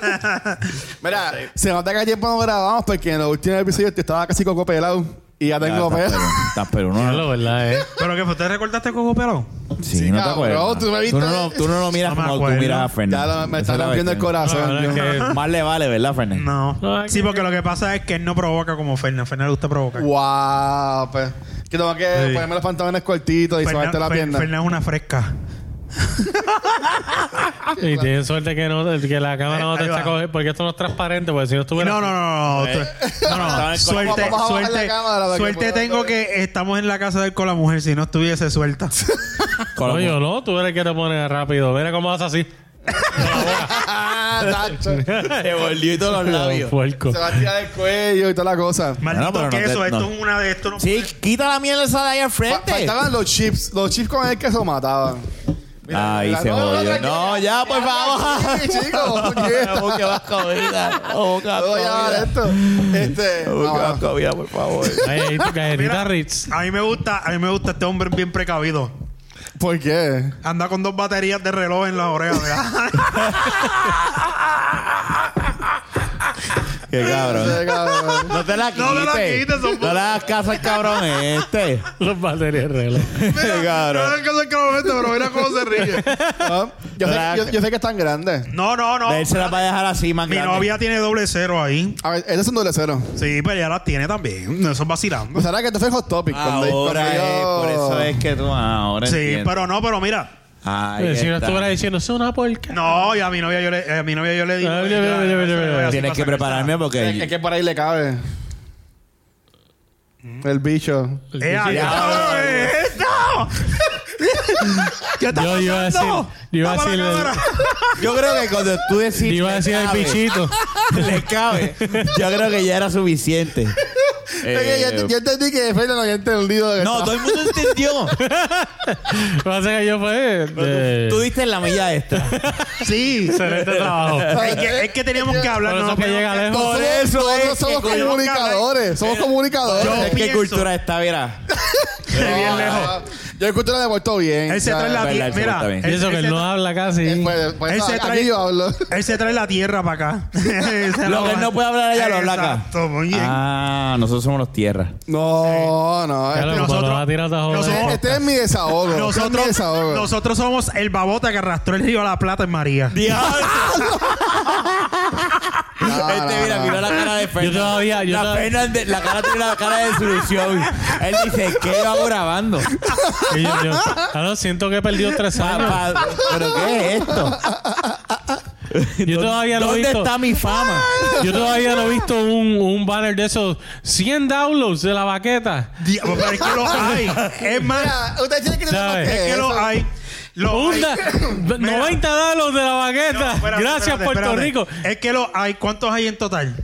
Mira, se nota que ayer no grabamos porque en los últimos episodios te estaba casi coco pelado y ya tengo
Ya,
pelo.
estás pero- Estás pero
No,
no.
lo verdad, eh.
Pero que usted recordaste Coco Pelón.
Sí,
Sí,
no te
cabrón,
acuerdas.
tú me viste.
no lo, tú no lo miras
No me
como tú
acuerdo.
miras a
Ya
Fernando.
lo-
Esa
me está
es la
rompiendo el
cuestión.
corazón.
No, no,
yo.
es
Más le vale, ¿verdad, Fernando?
No.
Ay,
Sí,
qué
porque lo que pasa es que él no provoca como Fernan. Fernan le gusta provocar.
Guau, pues. Que tengo que
Sí.
ponerme los pantalones cortitos y
Fernan
sobarte la
Fer-
pierna.
Fernan es una fresca.
Y tienes suerte que, no, que la cámara no te
Ahí va.
está cogiendo, porque esto no es transparente, porque si no estuviera...
No, no, no, no.
Eh.
tú- no, no.
Estaba en el
Vamos a
Suerte,
bajar
suerte.
la cámara para que
Suerte
pueda
tengo
ver.
que estamos en la casa de él con la mujer. Si no estuviese suelta.
Con-
Coño, no, tú eres el que te pones rápido. Mira cómo vas así.
Ah, tacho.
Se volvió y todos los labios.
Puerco.
Se va a tirar el cuello y toda la cosa.
Maldito
pero no
queso.
te-
esto
no.
es una de estos. No
Sí, quita la mierda esa de ahí al
Fa-
frente.
faltaban los chips. Los chips con el queso mataban.
Ahí se jodió. No, ya, pues vamos.
Sí, chicos. puñeta.
Busca más comida. Busca
No, ya,
comida.
esto. Este.
Ah,
Busca
no,
más comida, por favor.
Ay, tu galletita Ritz.
A mí me gusta, a mí me gusta este hombre bien precavido.
¿Por qué?
Anda con dos baterías de reloj en las orejas, ¿verdad?
Qué
Sí,
cabrón.
cabrón.
No te la quites.
No me la quites, son-
No le hagas caso al cabrón este.
Los baterías de reloj.
Qué
No
cabrón.
es que se momento, pero mira cómo se ríe.
No, Ah, yo, sé,
¿Verdad?
yo- yo sé que están grandes.
No, no, no.
De él se la va a dejar así, más
Mi
grande.
novia tiene doble cero ahí.
A ver, este es un doble cero.
Sí, pero ya las tiene también. No, Eso es vacilando.
Pues ahora que esto fue Hot Topic. cuando-
Ahora
cuando
es,
yo-
por eso es que tú ahora
Sí,
entiendo.
pero no, pero mira.
Ahí
si no
está.
estuviera diciendo, es una puerca.
No, y a mi novia yo le, a mi novia yo le digo.
Ah,
ya,
ya, ya, ya, ya, ya, ya.
así
Tienes
pasa
que prepararme
Es es
porque...
que por ahí le cabe. El bicho.
Eh, ah, ya, eh, esto. ¿Qué está
Yo iba a decir,
pasando?
yo iba a
Tapa la
decir,
cámara.
Yo creo que cuando tú decís...
iba a
le
decir el
cabe,
bichito.
Le cabe. Yo creo que ya era suficiente.
Es que
Eh,
yo, yo entendí que Fernando no había entendido. de
no,
esto.
todo el mundo entendió.
Lo que pasa es que yo fue eh, de-
Tú diste la milla extra.
Sí.
excelente trabajo.
Es que, es que teníamos que hablar.
Por
no nos
eso que
podemos-
llega lejos.
Por
Nosotros-
eso es
Nosotros somos
que cuando-
comunicadores. Somos comunicadores.
Yo-
Es que
pienso-
cultura está, mira.
No,
bien lejos.
Yo el cultura me he vuelto bien.
Él se
¿sabes?
trae la
verdad,
tierra.
eso
Mira,
está bien.
Y eso que él no habla casi.
Pues, pues,
Él se
aquí
trae-
yo hablo.
él se trae la tierra para acá. Se
Lo que él no puede hablar allá lo habla acá.
Exacto, muy bien.
Ah, nosotros somos los tierras.
No,
Ya
no. Este,
lo-
nosotros-
cuando vas a tirar, te jodas.
nosotros-
este es mi desahogo. Este es mi
Nosotros,
desahogo.
nosotros somos el babota que arrastró el río a la plata en María.
este, mira, mira la cara de Fernández.
Yo todavía- yo
la,
todavía-
Fernández- la cara tiene una cara de desilusión. Él dice, ¿qué hago grabando?
Y yo, yo, "Claro, siento que he perdido tres
Pa-
años.
pa- ¿Pero qué es esto?
Yo todavía no he
¿Dónde
visto.
está mi fama?
Yo todavía no he visto un, un banner de esos 100 downloads de la baqueta.
Diablo, pero es que lo hay. Es más,
Mira, Ah, Ustedes tienen que
¿Sabes?
entender
Es
es que lo
eso.
hay. Lo
Un
hay.
da-
Mira.
90 downloads de la baqueta.
No, espérate,
Gracias,
espérate,
Puerto
espérate.
Rico.
Es que lo hay. ¿Cuántos hay en total?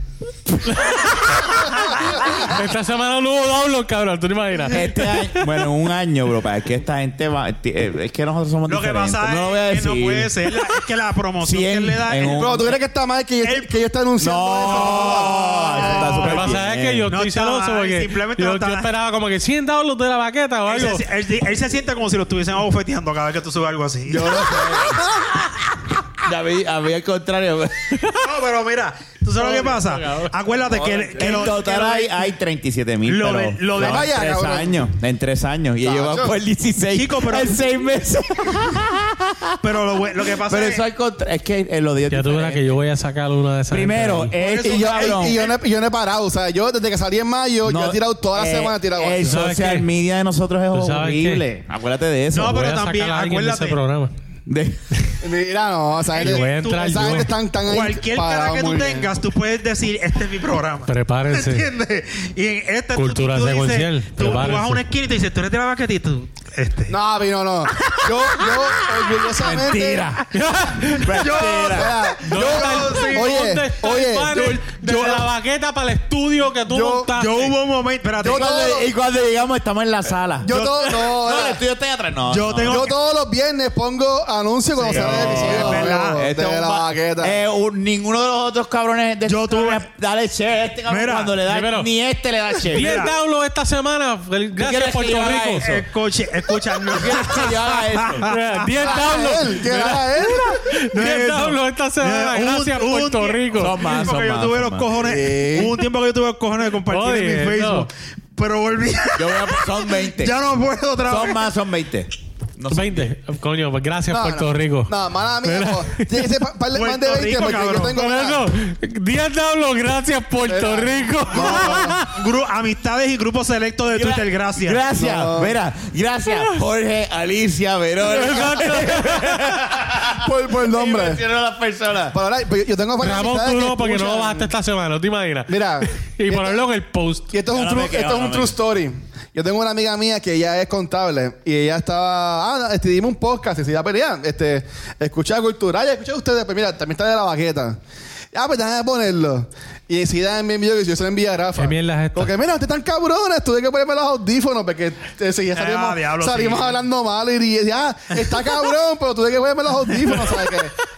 Esta semana no hubo downloads, cabrón. ¿Tú te imaginas?
Este año, bueno, un año, bro. pa, Es que esta gente va. ti- eh, Es que nosotros somos
Lo que
diferentes.
pasa
no lo voy a
es que
decir.
no puede ser. la- es que la promoción
Cien
que él le da.
en
es-
un-
Bro, ¿tú crees que está mal que yo,
El-
que yo esté anunciando
No, Oh, eso está eh.
Lo que
súper
pasa
bien.
es que yo
No
estoy
está
celoso
mal,
porque
simplemente no
yo,
está
yo
mal.
esperaba como que 100 downloads de la baqueta o
él,
algo.
se, él- él se siente como si lo estuviesen abofeteando cada vez que tú subes algo así.
eso? Yo no sé.
David, a mí al contrario.
No, pero mira, ¿tú sabes lo que pasa? Acuérdate que, el- que
en
lo- que
total
lo-
hay, hay 37 mil.
Lo
pero
de- lo de-
no,
Vaya,
en tres
cabrón.
años. En tres años. Y ellos van
Tacho.
por el 16.
Chico, pero-
En seis meses.
pero lo, bu- lo que pasa
Pero
es
eso al contrario. Es que eh, lo de
Ya tú verás que yo voy a sacar una de esas.
Primero,
gente
es
Y
y
yo,
yo, hablo.
y yo no he, yo no he parado. O sea, yo desde que salí en mayo, yo he tirado toda la
eh,
semana. He tirado
El
así.
¿Sabes
social
qué?
media de nosotros es
¿Tú sabes qué?
horrible. Acuérdate de eso.
No,
ahí.
pero
Voy a
también,
sacar a alguien de ese
acuérdate.
programa.
De-
Mira, no, esa gente,
Yo voy a entrar,
esa
yo
gente
voy.
están tan ahí
Cualquier cara
parado
que tú
muy bien.
tengas, tú puedes decir, este es mi programa.
Prepárense.
¿Entiendes? Y en esta tú-
Cultura
tú, dices-
secuencial,
tú, tú vas a
prepárense.
una esquina y te dices, tú eres de la vaqueta y tú... Este.
No, vi, no, no. Yo, yo, orgullosamente.
Mentira.
Yo, espera, yo, oye,
¿Dónde está el
oye,
panel?
yo, yo-
Desde la baqueta para el estudio que tú
yo-
montaste.
Yo hubo un momento... Espérate.
Yo
Y cuando- y cuando llegamos estamos en la sala.
yo todo,
No,
no,
el
era-
estudio está ahí atrás. No,
Yo
no.
tengo
yo todos los viernes pongo anuncios cuando sale el
no,
episodio.
es verdad.
yo,
Este es
de
un
la
ba-
baqueta.
Eh, un- ninguno de los otros cabrones de
Yo
estos
tuve-
cabrones, dale che, este cabrón
Mira,
cuando le da
primero-
ni este le da che.
10 downloads esta semana. Gracias,
quieres que
Puerto
yo haga
Rico. Ah,
eso?
Escuche, escucha, no,
¿Qué quieres que yo haga esto?
10
Era
downloads.
él, que era él.
no
10
eso.
downloads esta semana.
Un-
Gracias,
un
Puerto
tiempo-
Rico.
Son
Un
más,
tiempo
son
que yo
más,
tuve
son
los
más.
cojones.
Sí.
Hubo un tiempo que yo tuve los cojones de compartir en
Oye,
mi Facebook.
no.
Pero volví.
Yo voy a- son 20.
ya no puedo otra
son
vez.
más, son 20. No sé.
20. Coño, pues gracias,
No,
Puerto
no.
Rico.
No, mala mía.
Mira.
po. Tiene que ser pa- par de- más de
Puerto
20
Rico,
porque yo
cabrón.
tengo
Por
una-
eso, 10 downloads. Gracias, Puerto Rico.
Gru- amistades y grupos selectos de Twitter, gracias.
Gracias,
No.
mira, gracias. Jorge, Alicia, Verónica.
por, por nombre.
Menciono a las personas.
Pero ahora, pues, yo tengo varias
Ramón,
amistades
tú
que
no, porque no
escuchan.
lo bajaste esta semana. ¿No te imaginas?
Mira,
este-
Y ponerlo en el post.
Y esto es un,
Ahora me
true,
quedo,
esto es
ahora
un
me
true
quedo.
story. Yo tengo una amiga mía que ella es contable y ella estaba. Ah, este, dime un podcast y se iba a pelear. Este, escucha cultural, ya escuché ustedes, pero mira, también está de la baqueta. Ah, pues déjame ponerlo. Y si da mi envío, que yo se lo envía a Rafa.
¿Qué mierda es esta?
Porque mira, ustedes están cabrones, tuve que ponerme los audífonos porque eh, seguía
Ah,
salimos,
diablo,
salimos
sí.
hablando mal y decía, ah, está cabrón, pero tuve que ponerme los audífonos, ¿sabes qué?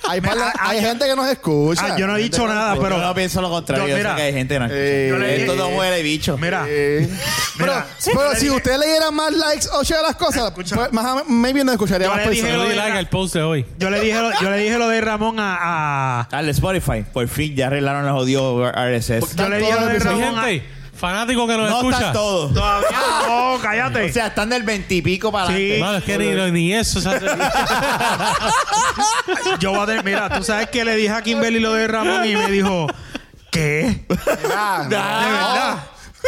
Hay, par-
Mira,
hay
ah,
gente que nos escucha.
Ah, yo no he dicho nada,
Pero yo no
pero.
pienso lo contrario.
Yo,
Yo,
mira.
sé que hay gente que no
Eh,
escucha.
yo
le-
Esto no huele bicho.
Mira,
Eh, pero
Mira, yo
pero
le
si
dije-
usted leyera más likes o share las cosas,
Escucha.
pues, más, maybe no escucharía
Yo
más
le dije
personas.
Pero di
de
like
la-
al post de hoy.
yo le dije lo, yo le dije lo de Ramón a. a-
Al Spotify, por fin ya arreglaron los odios RSS.
yo le dije lo de
Están
Mi
Ramón a.
gente, fanático que nos
No
escucha.
están todos.
Todavía no,
O
cállate.
sea, están del 20 y pico para
Sí.
adelante.
Mano, es que ni, ni eso se hace.
Yo voy a tener. Mira, tú sabes que le dije a Kimberly lo de Ramón y me dijo. ¿Qué?
Ah,
De verdad.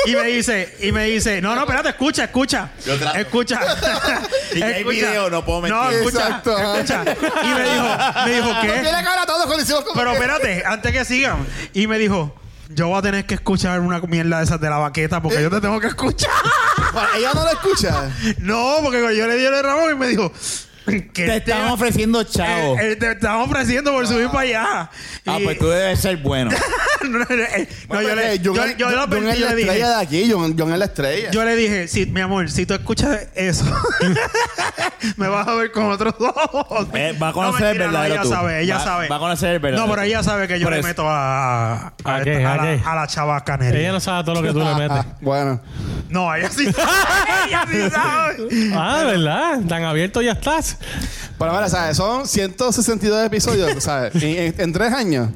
Y me dice, y me dice, no, no, espérate, escucha, escucha.
Yo trato.
Escucha.
Y ya hay video, no puedo mentir.
No, escucha,
Exacto.
escucha. Y me dijo, me dijo,
no
¿qué?
Ah, tiene cara a todos cuando hicimos como
Pero
que-
espérate, antes que sigan. Y me dijo, yo voy a tener que escuchar una mierda de esas de la baqueta porque yo te tengo que escuchar.
Para- ella no la escucha.
No, porque cuando yo le di el Ramón y me dijo, que este eh,
Te están ofreciendo chavo.
te están ofreciendo por subir para allá.
Ah,
Y-
pues tú debes ser bueno.
no, no, eh, no, yo le yo,
John,
yo, le
John
advertí,
es la
le dije,
estrella de aquí, John, John es la estrella. Ah,
Yo le dije, sí, mi amor, si tú escuchas eso, me vas a ver con otros ojos.
Eh, va a conocer el
mentira, no,
verdadero
Ella
tú.
sabe, ella
Va-
sabe.
va a conocer el verdadero
No, pero ella sabe que yo
Por
le
eso.
meto a, a,
¿A
esta-
qué?
a
¿A
la,
qué?
a la chabacanería.
Ella no sabe todo lo que tú le
Ah,
metes.
ah, bueno.
No, ella sí sabe. ella sí sabe.
Ah, ¿verdad? Tan abierto ya estás.
Pero mira, ¿sabes? Son 162 episodios, ¿sabes? Y en, en tres años.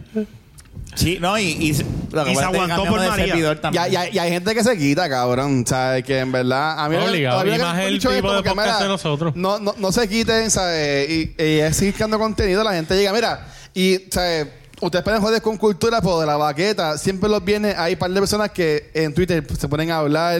Sí, no, y, y, lo que
Y se
pasa es que
aguantó
cambiamos
por
de
María.
servidor
Y,
también.
hay- y hay- y hay gente que se quita, cabrón. ¿Sabes? Que en verdad. A mí lo que-
Obligado.
todavía
Y
lo que
más el
escucho es
tipo de
como que,
podcast
mira,
de nosotros.
No, no, no se quiten, ¿sabes? Y, y es seguir creando contenido. La gente llega, mira, y, ¿sabes? Ustedes pueden joder con cultura, pero de la baqueta. Siempre los viene. Hay un par de personas que en Twitter se ponen a hablar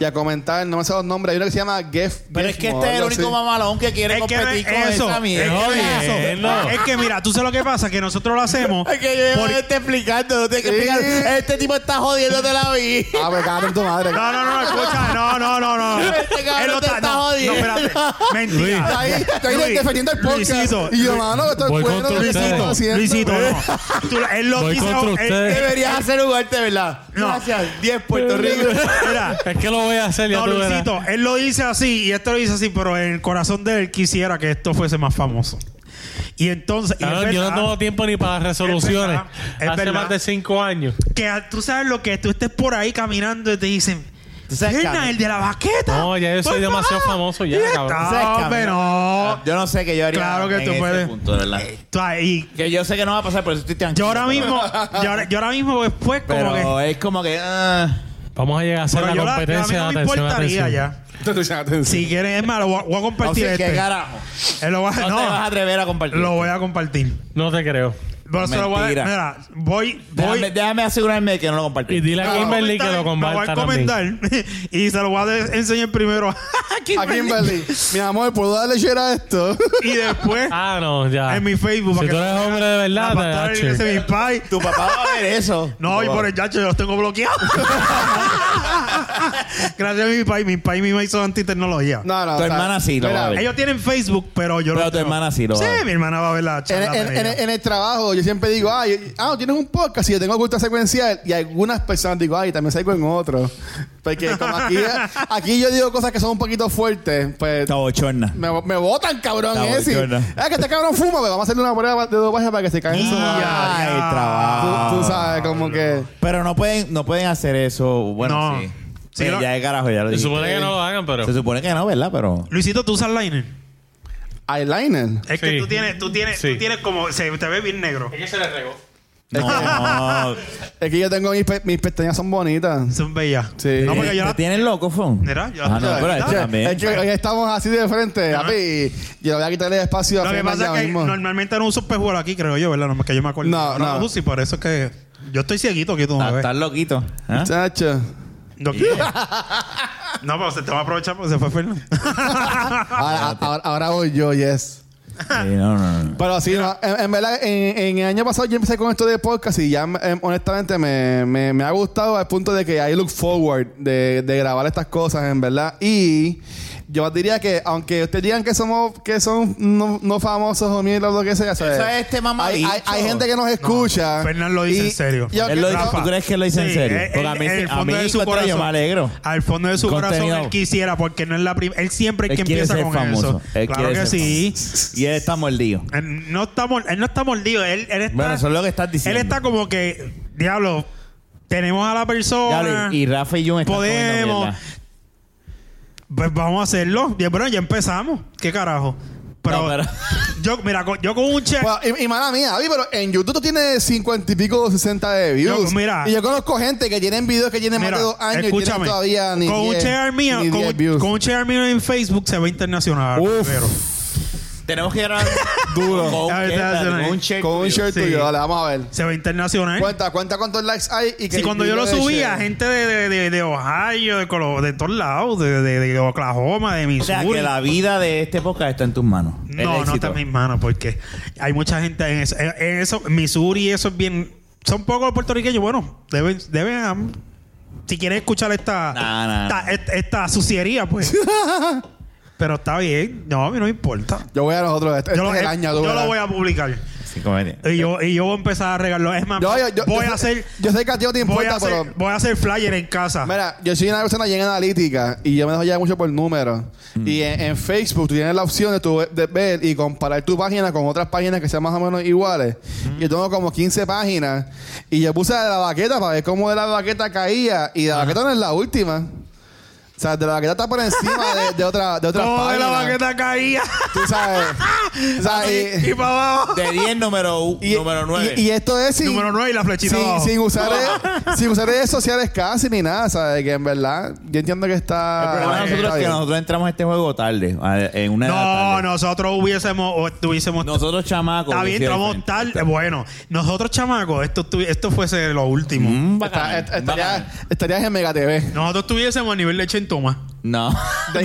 y a comentar. No me sé los nombres. Hay uno que se llama Geff.
pero es que este es el único mamalón que quiere
Es que no
competir
es
con esa
eso. Es
mierda.
que,
Oye,
no es, eso.
no.
es que mira, tú sabes lo que pasa, que nosotros lo hacemos.
Es que yo
por-
te esté explicando, no tienes que
Sí.
explicar. Este tipo está jodiéndote la vida.
Ah, pues cágate en tu madre.
No, no, no, escucha, no, no, no, no.
Este cabrón
Él no
te está
no,
jodiendo.
No, espérate. Mentira.
Está ahí, está ahí
Luis,
defendiendo el podcast.
Luisito,
y yo, mano, esto es
Voy
bueno
contra
lo que están
ustedes.
haciendo.
Luisito, no. Tú- él lo
Voy
quiso.
contra
él-
ustedes.
él-
Deberías hacer un arte, ¿verdad?
No.
Gracias. 10 Puerto Rico.
mira,
Es que lo voy a hacer ya
no,
tú verás.
Luisito, él lo dice así y esto lo dice así, pero en el corazón de él quisiera que esto fuese más famoso. Y entonces, y es
Cabrón, yo no
verdad
tengo tiempo ni para las resoluciones.
Es verdad, es
Hace
verdad.
más de cinco años.
que a- tú sabes lo que es, tú estés por ahí caminando y te dicen,
Tú sabes,
Fernan,
Cami.
el de la baqueta.
No, ya yo soy
Por
demasiado
favor".
famoso ya,
Ya
cabrón.
está.
¿Sabes,
No,
cabrón?
hombre, no.
Yo Ah, no sé qué yo haría.
Claro que
en
tú
ese
puedes.
punto, de ¿verdad?
Tú ahí-
Eh, Que yo sé que no va a pasar, por eso estoy tranquilo.
Yo ahora mismo, yo ahora, yo ahora mismo después como
Pero
que...
es como que. ah.
Vamos a llegar a hacer
Pero
la
yo la- yo a mí
competencia
no
de
me
atención.
importaría
atención.
ya.
Entonces, atención.
Si quieres, es más, lo voy a, voy a
O
compartir
sea, ¿qué
este.
carajo?
Eh, lo voy a-
No, te vas a
no,
atrever a compartir.
lo voy a compartir.
No te creo.
Pero se lo voy a-
Mentira.
Mira, voy, voy,
Déjame, déjame asegurarme de que no lo
Y
compartí.
dile a
lo voy a
Kimberly que
comentar,
lo comparta
lo voy a
también.
comentar y se lo voy a de- enseñar primero a
A
Kimberly.
Kimberly. Mi amor, ¿puedo darle share a esto?
y después
Ah, no, ya.
en mi Facebook.
Si tú eres hombre de verdad,
la pastora
te-
de la iglesia de mi pai.
Tu papá va a ver eso.
No, y por el yacho yo los tengo bloqueados. Gracias a mi pai. Mi pai y mi mamá hizo antitecnología.
No, no.
Tu
o sea,
hermana sí lo
mira,
va a ver.
Ellos tienen Facebook, pero yo
Pero
no
tu
tengo.
hermana sí lo
Sí,
va a ver.
mi hermana va a ver la
En,
charla.
en-
de
en-
ella.
en el trabajo yo siempre digo, ay, ah, no, tienes un podcast y yo tengo cultura secuencial. Y algunas personas digo, ay, también salgo en otro. Porque como aquí, aquí yo digo cosas que son un poquito fuertes, pues
Está bochorna.
me, me botan, cabrón.
Está
ese.
bochorna.
Ah, que este cabrón fuma, pues vamos a hacerle una prueba de dos páginas para que se caiga en su madre.
Ay,
ya.
trabajo.
Tú, tú sabes, como que...
Pero no pueden, no pueden hacer eso. Bueno,
No.
sí.
Sí,
Mira,
lo-
ya de carajo, ya lo
Se
dije.
supone que no lo hagan, pero.
Se supone que no, ¿verdad? Pero.
Luisito, tú usas liner.
Ah,
Eyeliner.
Es que
Sí.
tú tienes, tú tienes,
Sí.
tú tienes como se te ve bien negro.
que se le regó.
No.
Es que yo tengo mis, pe- mis pestañas son bonitas.
Son bellas.
Sí.
No, porque yo
Eh, ¿Te
la-
tienen loco, Fon?
Mira, yo-
Ah, no,
yo-
pero
yo-
este
Che,
también.
Es que hoy estamos así de frente,
Ajá.
papi, y yo le voy a quitar el espacio a
Lo que
Fernan
pasa
ya
es que
mismo.
normalmente no uso pejuelo aquí, creo yo, ¿verdad? No, que yo me acuerdo.
No, no.
uso y por eso es que yo estoy cieguito que tú no
Ah,
me ves.
Estás loquito. ¿Ah?
Chacho.
No, no, pero se te va a aprovechar porque se fue Fernando.
Ahora, ahora- ahora voy yo, yes.
Sí, no, no, no.
Pero sí, no, en, en verdad, en, en el año pasado yo empecé con esto de podcast y ya em, honestamente me, me- me ha gustado al punto de que I look forward de, de grabar estas cosas, en verdad. Y yo diría que, aunque ustedes digan que somos, que son no, no famosos o mierda o lo que sea, ¿sabes?
Eso es este
hay,
mamabicho.
hay, hay gente que nos escucha.
Fernan lo dice
Ah. y-
en serio.
y aunque-
Él lo dice-
Rafa.
¿Tú crees que lo dice en
Sí,
serio?
él-
Porque a mí,
él- en el
a mí
fondo de su
contra, yo
corazón.
me alegro.
Al fondo de su corazón
Contenido.
él quisiera, porque no es la primera. Él siempre es
Él
que
quiere
empieza
ser
con
famoso.
eso.
Él
Claro
quiere
que
ser
sí.
Y él está mordido.
Él no está, mol- él no está mordido. Él, él está,
Bueno, eso es lo que estás diciendo.
él está como que, diablo, tenemos a la persona.
Diablo, y y Rafa y yo están comiendo
podemos.
mierda.
Pues vamos a hacerlo. Y bueno, ya empezamos. ¿Qué carajo? Pero,
No, pero-
yo, mira, con- yo con un check.
Bueno, y, y mala mía, Javi, pero en YouTube tú tienes 50 y pico, 60 de views.
Yo, mira.
y yo conozco gente que tienen videos que tienen
Mira,
más de dos años y tienen
escúchame.
todavía ni
con un
10,
share mío,
ni
con,
10
un-
views.
con un share mío en Facebook se ve internacional.
Uf.
Pero,
Tenemos que grabar duro. Con,
A ver,
un-
te hacen ahí.
con un check.
Con un share
Sí.
tuyo, dale, vamos a ver.
se ve internacional.
Cuenta, cuenta cuántos likes hay y que
Si cuando yo lo subía, gente
gente.
de, de, de, de Ohio, de, Colo- de todos lados, de, de, de Oklahoma, de
O sea,
Missouri.
que la vida de este podcast está en tus manos. El
No, no
éxito.
está en mis manos porque hay mucha gente en eso. En- en eso Missouri, eso es bien. Son pocos los puertorriqueños. Bueno, deben. deben am, si quieren escuchar esta,
Nah, nah.
esta, est- esta suciería, pues. Pero está bien. No, a mí no me importa.
Yo voy a nosotros, este,
Yo,
este
lo, eh,
es el año, tú,
yo
¿verdad?
lo voy a publicar.
Sí, comedia.
Y yo, y yo voy a empezar a regalarlo. Es más,
Yo- yo- yo-
voy
yo
a
sé-
hacer.
Yo sé que a ti no te
Voy a
importa,
hacer,
pero.
voy a hacer flyer en casa.
Mira, yo soy una persona bien analítica y yo me dejo llevar mucho por números.
Mm.
Y en, en Facebook tú tienes la opción de, tu- de ver y comparar tu página con otras páginas que sean más o menos iguales.
Mm.
Yo tengo como 15 páginas y yo puse la de la baqueta para ver cómo de la baqueta caía y la baqueta no es la última. O sea, de la baqueta está por encima de, de otra de otras
Todo de la
páginas.
baqueta caía.
Tú sabes. O sea,
y,
y,
y para abajo.
De 10, número, u-
y-
número 9.
y- y esto es sin,
Número 9 y la flechita.
sin,
abajo.
sin usar re- sin usar redes sociales casi ni nada, ¿sabes? Que en verdad yo entiendo que está.
el problema de
está
nosotros es que
bien.
nosotros entramos a este juego tarde. a- En una edad
No,
tarde.
nosotros hubiésemos o estuviésemos.
Nosotros, chamacos.
Está bien,
hubiese
estamos
diferente.
tarde. Bueno, nosotros, chamacos, esto, tu- esto fuese lo último.
Mm,
Está-
bacán,
est-
bacán.
estarías, estarías en Mega TV.
Nosotros estuviésemos a nivel de Chen Thomas.
No. No,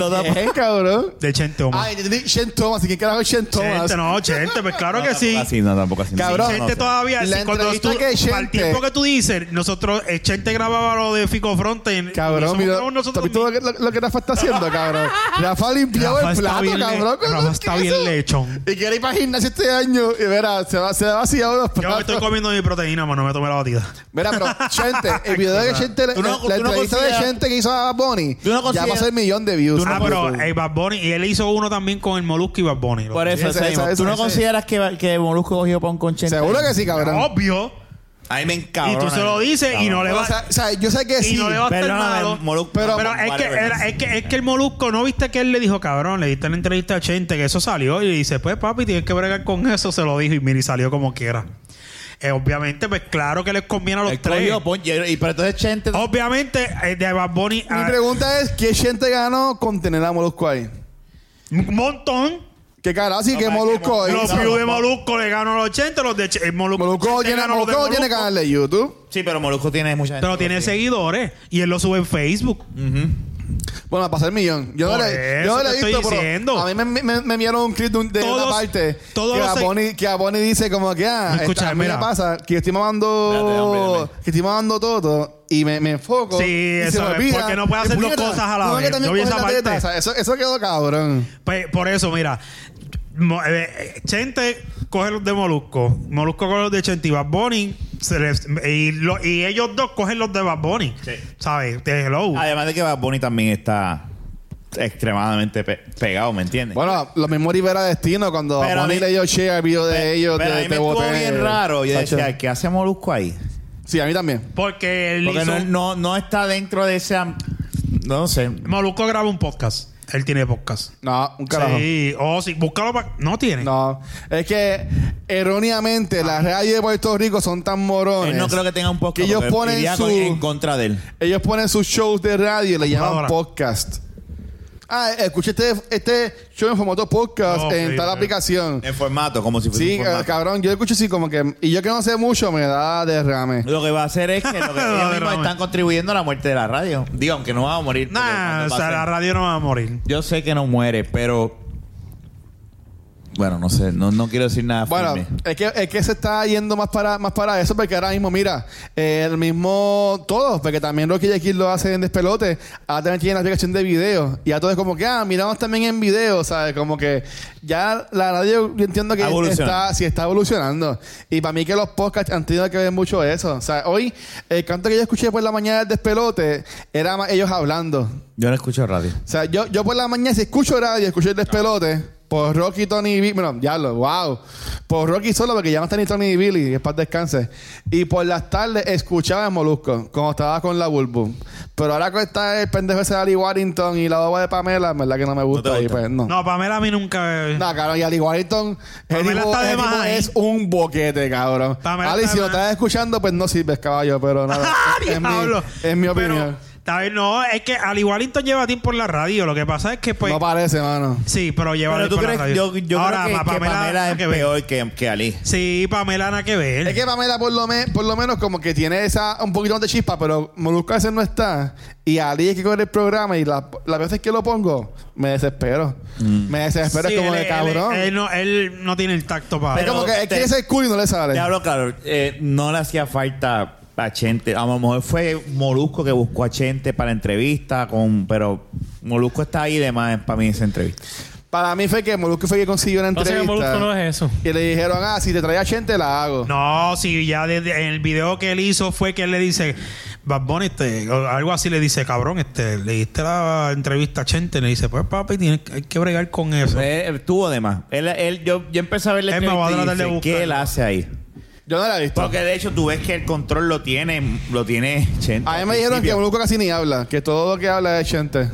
¿De
tampoco.
quién, cabrón?
De Chen Thomas.
Ay, entendí Shen Thomas. ¿Y quién carajo es Shen Thomas?
Chente, no, Chente, pues claro
No,
que
tampoco
sí.
así, no, tampoco así.
Cabrón.
Sí,
Chente
no,
todavía,
La
sí, cuando
entrevista
tú,
que Chente-
al tiempo que tú dices, nosotros, eh, Chente grababa lo de Fico Fronten.
Cabrón, mira. ¿Tú
nosotros
has visto lo que, lo, lo que Rafa está haciendo, cabrón? Rafa limpió
Rafa
el
está
plato,
bien le-
cabrón. con
Rafa
los
está
quesos.
bien lechón.
Y quiere ir para gimnasia este año. Y verá, se va, se va vaciado los
yo me
platos.
estoy comiendo mi proteína, mano, me tomé la batida.
Mira, pero Chente, el video de Chente, la,
Tú no- tú
la
no
entrevista
consideras-
de Chente que hizo a Bonnie,
Tú no
ya
consideras-
pasó el millón de views. pues,
ah,
en
pero
YouTube.
eh, Bad Bunny, y él hizo uno también con el Molusco y Bad Bunny.
Por eso,
Ese,
ese
ese,
mismo.
ese,
¿Tú no
ese.
consideras que, que Molusco cogió para un conchente?
pues, Seguro que sí, cabrón.
Obvio.
Ahí me
Y
encabrona.
tú se lo dices y no le
Pero,
vas
o, sea, o sea, yo sé que
y
sí.
no le va a estar
Perdóname,
malo.
Molusco.
Pero,
Pero
es, que,
whatever.
era- es, que, es que el Molusco, ¿no viste que él le dijo, cabrón? Le diste en la entrevista a Chente que eso salió. Y dice, pues papi, tienes que bregar con eso. Se lo dijo y mira, y salió como quiera. Eh, obviamente, pues claro que les conviene a los
Él
tres.
cogió, pon- y, y- pero entonces Chente...
Obviamente, eh, de Bad Bunny,
Mi
ah,
pregunta es, ¿qué Chente ganó con tener a Molusco ahí?
un montón.
¿Qué cara? Así que
pero
Molusco.
es que
Los
hizo.
views de Molusco le ganó los 80, los de Ch- eh, Molusco.
Molusco
80
tiene,
ganó los de
Molusco tiene canal de YouTube.
Sí, pero Molusco tiene mucha gente.
Pero tiene seguidores y él lo sube en Facebook.
Bueno, a pasar el millón. Yo
Por
no le,
eso
yo no
te
le he
estoy
visto, pero
diciendo.
a mí me, me, me enviaron un clip de, un- de una
Todos-
parte
todos
que,
los
a
seg-
Bonnie, que a Bonnie dice como que, ah,
Escucha,
esta- a mí me
mira.
pasa que yo estoy mamando,
Espérate, hombre, hombre.
que estoy mamando todo y me, me enfoco.
Sí,
y
eso es, porque no puede
Y
hacer dos
puñeta,
cosas a la
tengo que
vez.
también
Yo vi
coger
esa
la teta.
parte.
O sea, eso, eso quedó cabrón.
Pues, por eso, mira. Mo- eh, Chente coge los de Molusco. Molusco coge los de Chente y Bad Bunny. se les- y, lo- y ellos dos cogen los de Bad Bunny.
Sí.
¿Sabes? De Hello.
Además de que Bad Bunny también está extremadamente pe- pegado, ¿me entiendes?
Bueno, lo mismo Rivera Destino cuando
Pero a
Bonnie
mí-
le dio share al video de ellos
pero a
de este
mí
Te
me estuvo
Boté.
bien raro. Yo
Sacha.
decía, ¿qué hace Molusco ahí?
Sí, a mí también.
Porque él
Porque
hizo-
no, no, no está dentro de ese... am- No sé.
Molusco graba un podcast. Él tiene podcast.
No, un carajo.
Sí. Oh, sí. Búscalo pa- No tiene.
No, es que erróneamente las radios de Puerto Rico son tan
Ah.
morones.
Él no creo que tenga un podcast.
Que ellos
porque
ponen
iría
su-
con- en contra de él.
Ellos ponen sus shows de radio y le llaman
Ahora.
podcast. Ah, escuché este, este show en formato podcast
Ok,
en tal
ok.
aplicación.
En formato, como si fuese
Sí,
un
eh,
formato.
cabrón, yo escucho así como que... Y yo que no sé mucho, me da derrame.
Lo que va a hacer es que, lo que
No,
ellos mismos
broma.
están contribuyendo a la muerte de la radio. Digo, aunque no va a morir. porque
Nah,
cuando
o sea,
pase-
la radio no va a morir.
Yo sé que no muere, pero... Bueno, no sé. No, no quiero decir nada.
Bueno,
firme.
es que, es que se está yendo más para, más para eso, porque ahora mismo, mira, eh, el mismo todos, porque también Rocky y Kill lo hacen en despelote, ahora también tienen la aplicación de video. Y a todos es como que, ah, miramos también en video, ¿sabes? Como que ya la radio, yo entiendo que
Evoluciona.
está, sí está evolucionando. Y para mí que los podcasts han tenido que ver mucho eso. O sea, hoy el canto que yo escuché por la mañana del despelote era más ellos hablando.
Yo no escucho radio.
O sea, yo, yo por la mañana, si escucho radio, escucho el despelote. Por Rocky, Tony y Billy. Bueno, ya lo, wow. Por Rocky solo, porque ya no está ni Tony y Billy. Es para descanse. Y por las tardes escuchaba el Molusco, cuando estaba con la Bulbu. Pero ahora que está el pendejo ese de Ali Warrington y la boba de Pamela, en verdad que no me gusta.
No te
y
gusta.
pues, no. No,
No, Pamela a mí nunca. eh.
cabrón, y Ali Warrington el
Pamela
tipo-
está de
el tipo
más ahí.
es un boquete, cabrón.
Pamela
Ali,
está
si
de
lo
más.
estás escuchando, pues no sirves, caballo. Pero nada. es, mi,
Diablo.
es mi
Pero,
opinión.
está bien, no, es que al igualito lleva tiempo en la radio. Lo que pasa es que, pues.
no parece, mano.
sí, pero lleva
Pero tú
tiempo en
crees
la
que
radio.
yo, yo
Ahora,
creo que,
pa-
que
Pamela,
Pamela es
nada que ver.
peor que, que Ali.
Sí, Pamela, nada que ver.
Es que Pamela por lo, me- por lo menos como que tiene esa un poquito más de chispa, pero Molusco a veces no está. Y Ali es que con el programa y la- las veces que lo pongo, me desespero. Me desespero,
Sí,
es como
él-
de
él-
cabrón.
Él, no, él no tiene el tacto para.
es como que él
te-
quiere ser cool y no le sale.
Te hablo claro. eh, no le hacía falta a Chente. A lo mejor fue Molusco que buscó a Chente para entrevista, con, pero Molusco está ahí de más para mí esa entrevista.
Para mí fue que Molusco fue que consiguió una
O sea,
entrevista.
que Molusco no es eso.
Y le dijeron, ah, si te traía gente, la hago.
No, si ya desde en el video que él hizo fue que él le dice, Bad Bunny, este, o algo así le dice, cabrón, este, le diste la entrevista a Chente, le dice, pues papi, tienes que, hay que bregar con eso.
Eh, Él tuvo de más. Él, él- yo, yo empecé a verle
Es más, voy a tratar de
¿qué
buscarlo.
él hace ahí?
Yo no la he visto.
Porque de hecho tú ves que el control lo tiene, lo tiene Chente.
A mí
al
me dijeron que
principio.
Molusco casi ni habla, que todo lo que habla es gente.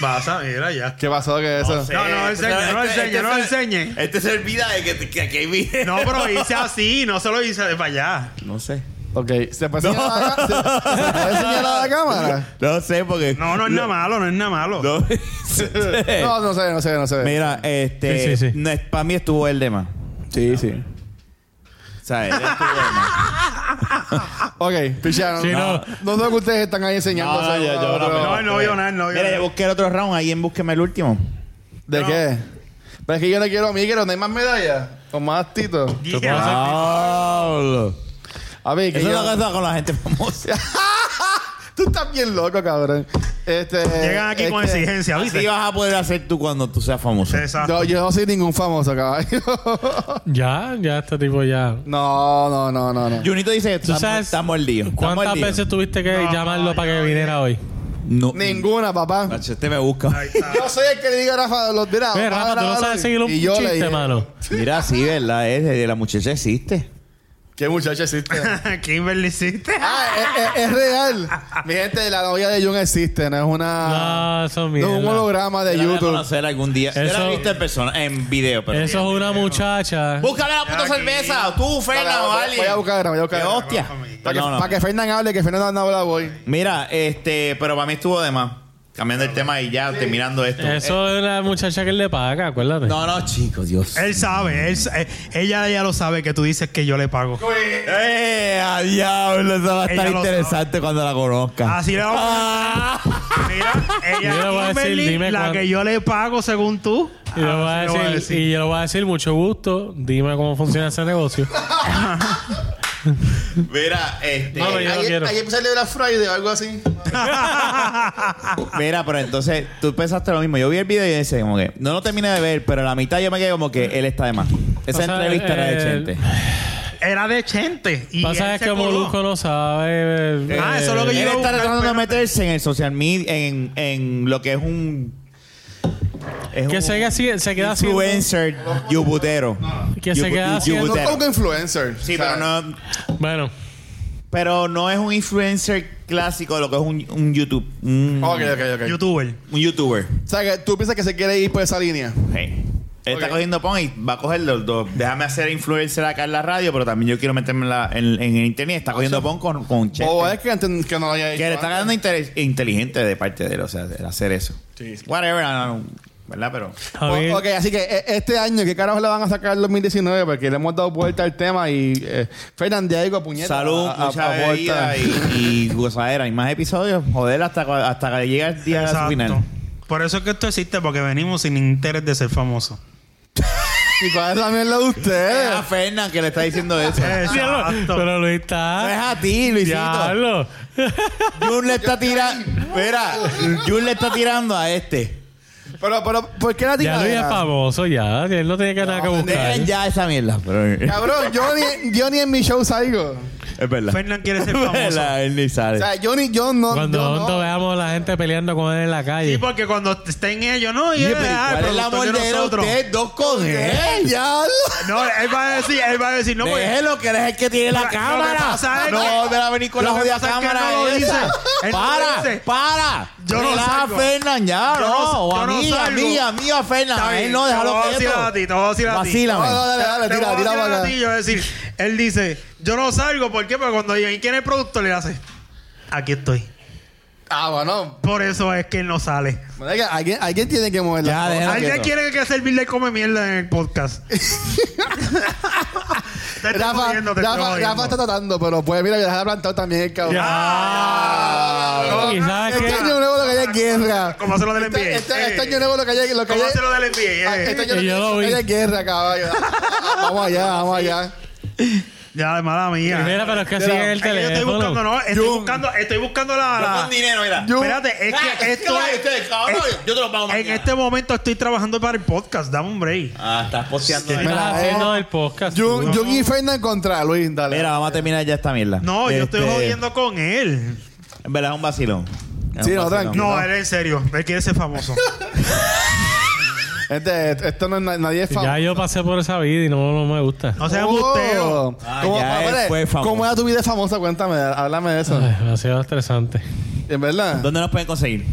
Vas a ver allá.
¿Qué pasó que eso?
sé.
No, no, enseña, no
Este-
enseñe,
este
no
se-
enseñe.
Este se olvida de que, que aquí hay video.
No, pero hice así, no se lo hice de para allá.
No sé.
Ok, ¿se puede señalar a la, ca- se- se puede señalar a la cámara?
No sé porque...
No, no es nada malo, no es nada malo.
No.
No, no sé, no sé, no sé.
Mira, este.
Sí, sí, sí.
para mí estuvo el de más.
Sí, sí.
O sea, él estuvo de más.
Ok, picharon.
Sí,
no.
no.
no sé que ustedes están ahí enseñando.
No, no, yo- yo no me-
No, no vio nada, no vio
Mira, yo
nada.
busqué el otro round. Ahí en búsqueme el último.
¿De qué? Pero es que yo no quiero micro, no hay más medallas. Con más titos.
Ya.
Diablo.
A ver, que
Eso es
yo-
lo que pasa con la gente famosa.
Tú estás bien loco, cabrón. Este,
Llegan aquí
es
con
que-
exigencia,
Así
¿viste?
vas a poder hacer tú cuando tú seas famoso.
Exacto.
No, yo no soy ningún famoso, caballo.
Ya, ya este tipo ya.
no, no, no, no, no.
Junito dice que
¿Tú sabes
está mordido. está
¿Cuántas
mordido.
veces tuviste que
No,
llamarlo para
ya,
que viniera hoy?
No.
Ninguna, papá.
Nacho, Este me busca.
Ahí está.
Yo soy el que le diga a Rafa, los mira.
Mira,
vamos a
Rafa, tú no
grabar
sabes
hoy.
seguir un
Y yo
chiste,
leí-
mano.
Mira, sí, ¿verdad? Es de la muchacha existe.
¿Qué muchacha existe?
Kimberly hiciste.
ah, es, es- es real. Mi gente, la novia de Jun existe, no es una.
No, eso es
Ah. No, es un
Ah, mierda.
holograma de
Yo la voy a
YouTube.
conocer algún día. Yo la
Eso-
he visto en persona, en video, pero.
Eso es una muchacha.
Búscale la puta
Aquí.
cerveza. Tú,
Dale,
Fernando,
voy-
alguien.
voy a buscar, voy a buscar.
Qué hostia.
Para que,
No, no.
para que Fernan hable, que Fernan no habla hoy.
Mira, este, pero para mí estuvo de más. Cambiando el tema y ya terminando esto.
Eso es la muchacha que él le paga, acuérdate.
No, no, chicos, Dios.
Él sabe, él sa- eh, ella ya lo sabe que tú dices que yo le pago.
¡Eh! ¡A diablo! Eso va a estar
Ella lo
interesante cuando la conozca.
Así le vamos
Ah.
Mira, ella
Yo le voy a
es
decir,
Kimberly,
dime
la
cuán-
que yo le pago según tú.
Y yo, voy a
Así le
decir, y yo le voy a decir, mucho gusto, dime cómo funciona ese negocio.
Mira, este.
No, no, yo no
Ayer,
quiero.
ayer celebra Friday o algo así.
Mira, pero entonces tú pensaste lo mismo. Yo vi el video y dice como que no lo terminé de ver, pero a la mitad yo me quedé como que él está de más. Esa
O sea,
entrevista era de
eh,
Chente.
Era de Chente. Y él
Pasa es
se
que
coló.
Molusco no sabe. eh,
Ah, eso es lo que yo
él
iba
está
a buscar,
tratando de
espérate.
meterse en el social media, en, en lo que es un. Es
Que
un
se, queda así- se queda así.
influencer yubutero.
Que se
Yubu-
queda haciendo-
No
yubutero.
como que influencer.
Sí,
o sea,
pero no,
Bueno,
pero no es un influencer clásico de lo que es un, un YouTube. Un,
Ok, ok, ok.
Youtuber.
un YouTuber.
O sea, que tú piensas que se quiere ir por esa línea.
Hey. Él está
Ok.
cogiendo pon y va a coger los dos. Déjame hacer influencer acá en la radio, pero también yo quiero meterme en, la- en- en el internet. Está cogiendo pon con, con Chente.
O Oh, es que, antes que no lo haya hecho.
Que le está ganando inter- inteligente de parte de él, o sea, de hacer eso. Whatever, no, no, ¿verdad? Pero.
Javier,
O- ok, así que e- este año, ¿qué carajo le van a sacar el 2019? Porque le hemos dado vuelta al tema y eh, Fernan Diego, puñeta.
Salud,
a- a-
mucha
aporta.
bebida y, y gozadera. Y más episodios, joder, hasta, hasta que llegue el día de la
Exacto.
final.
Por eso es que esto existe, porque venimos sin interés de ser famosos.
¿Y cuál es la mierda de ustedes?
a Fernan Ah, que le está diciendo eso.
Exacto.
pero
No
Luis
es
está.
a ti, Luisito.
Diablo.
Jun le está tirando. Mira, Jun le está tirando a este.
Pero, pero, ¿por qué la
Ya Luis es
tiradera?
famoso, ya. Él no tiene que nada que buscar.
Dejen ya esa mierda. Pero,
Cabrón, yo ni, yo ni en mi show salgo.
es verdad.
Fernan quiere ser
Es
famoso.
verdad, él ni
O
sale.
sea, yo ni yo no.
Cuando
yo
pronto
no.
veamos a la gente peleando con él en la
Sí,
calle.
porque cuando estén ellos, no, y
Oye,
él,
pero ¿y
ah, el
¿Cuál es la
productor de
mordera
nosotros.
usted? Dos con él.
Ya lo-
No, él va a decir, él va a decir, no,
No,
pues.
Déjelo, que eres el que tiene la
Lo que
cámara.
pasa es que-
no, de la venir con la
lo que
jodida
pasa es que él
cámara.
no lo
esa.
dice. Él no
para,
lo dice.
para.
Yo no
Relaja a
salgo.
Fernan ya,
Yo
no.
no- yo
o a
no
mí, a
salgo.
mí, a mí, a Fernan.
Está
A él
bien,
no,
te
déjalo
voy a
quieto.
vacilar a ti, te voy a vacilar a ti.
No,
Vacílame.
no, dale, dale,
Te voy
tira,
a
tira
tirar a
para
ti,
acá.
yo voy a decir, él dice, yo no salgo, ¿por qué? Porque cuando digan, ¿y quién es el productor? Le hace, aquí estoy.
Ah, bueno.
Por eso es que él no sale.
Bueno, es que alguien, alguien tiene que mover
Ya,
la.
déjalo
Alguien
quieto.
quiere que servirle come mierda en el podcast. te estoy
Rafa,
jodiendo, te estoy
Rafa,
jodiendo.
Rafa está tratando, pero pues mira, ya se ha plantado también el cabrón.
Ya. ¿Y sabes
Este año
qué?
nuevo lo que hay es guerra.
¿Cómo Ah, se lo del NBA?
Este, este-
Eh.
este año nuevo lo que hay lo que hay
¿Cómo
es-
se lo del
ah,
NBA? eh?
Este año
Y yo
nuevo
lo
lo que
vi.
hay es guerra, caballo. Vamos allá, vamos allá.
Ya, mala mía.
Mira, pero es que sigue en el
Es que yo estoy buscando,
teléfono.
no, estoy buscando, estoy buscando la. la-
dinero, mira.
Yo-
Espérate, es que esto es- es-
yo te lo pago
en este momento estoy trabajando para el podcast, dame un break.
Ah, estás posteando.
¿Qué
ahí.
estás
Mira, eh,
haciendo del podcast?
Jun
tú?
Jun y Fernan contra Luis, dale.
Mira, vamos a terminar ya esta mierda.
No, yo estoy
Este,
jodiendo con él.
En verdad es un vacilón. Es
Sí,
un
no,
vacilón.
tranquilo.
No, él en serio, él quiere ser famoso.
Este, este- esto no es na- nadie es
Ya
famoso.
yo pasé por esa vida y no, no me gusta.
No sea busteo.
Ah,
Oh. ¿Cómo,
ya
espérate,
él fue famoso.
¿Cómo era tu vida famosa? Cuéntame, háblame de eso.
Ay, demasiado estresante.
¿En verdad?
¿Dónde nos pueden conseguir?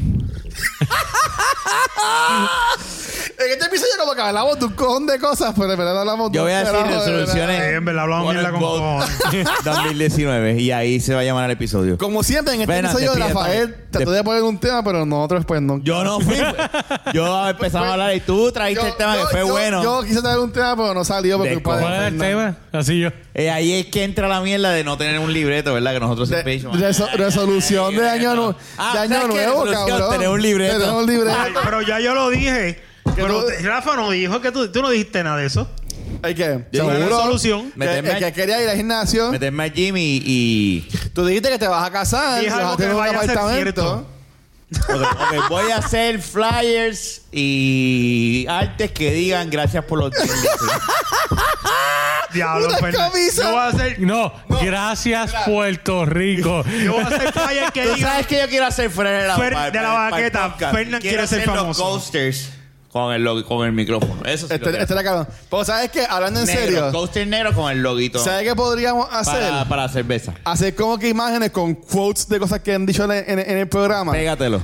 En este episodio como que hablamos de un cojón de cosas, pero en verdad no hablamos de
Yo
un
voy a decir
carajo, de verdad.
resoluciones.
Eh, en verdad hablamos
Por el
mierda con
vote
cojones.
2019. Y ahí se va a llamar el episodio.
Como siempre, en este
Fernan,
episodio
despídete.
Rafael trató de poner un tema, pero nosotros pues no.
Yo no fui. Yo empezaba a hablar y tú trajiste
Yo-
el tema que
yo-
fue
yo-
bueno.
Yo quise traer un tema, pero no salió por
De
culpa de
¿Cuál es el
Fernan.
tema? Así yo.
Eh, ahí es que entra la mierda de no tener un libreto, ¿verdad? Que nosotros
De-
siempre hemos
eh, reso- resolución de año, nu-
Ah,
de año
¿sabes qué?
nuevo,
Resolución,
cabrón.
tener un libreto.
Tener un libreto.
Ay, pero ya yo lo dije. Pero
tú-
te- Rafa no dijo que tú, tú no dijiste nada de eso.
¿Hay que?
Yo digo,
Seguro.
resolución.
Que-
Meterme
El
al-
que quería ir al gimnasio.
meterme al gym y, y-
Tú dijiste que te vas a casar.
Dije
vas
algo que
a tener un
vaya a ser
apartamento.
cierto.
Ok, ok, voy a hacer flyers y artes que digan gracias por los tickets.
Diablo,
Una
Fernan.
camisa.
Yo voy a hacer.
No, gracias Puerto Rico.
Yo voy a hacer flyers que
Tú
digan.
sabes que yo quiero hacer fuera de la,
Fer-
para-
de la
para- para el
baqueta.
podcast.
Fernan
Quiero
quiere ser
hacer
famoso.
Los coasters con el logo- con el micrófono. Eso sí. lo
Este,
quiero
este
hacer.
era cabrón. Pero sabes que, hablando en
Negro,
serio,
Coaster negro con el loguito.
¿sabes qué podríamos hacer?
Para, para cerveza.
Hacer como que imágenes con quotes de cosas que han dicho en, en- en el programa.
Pégatelo.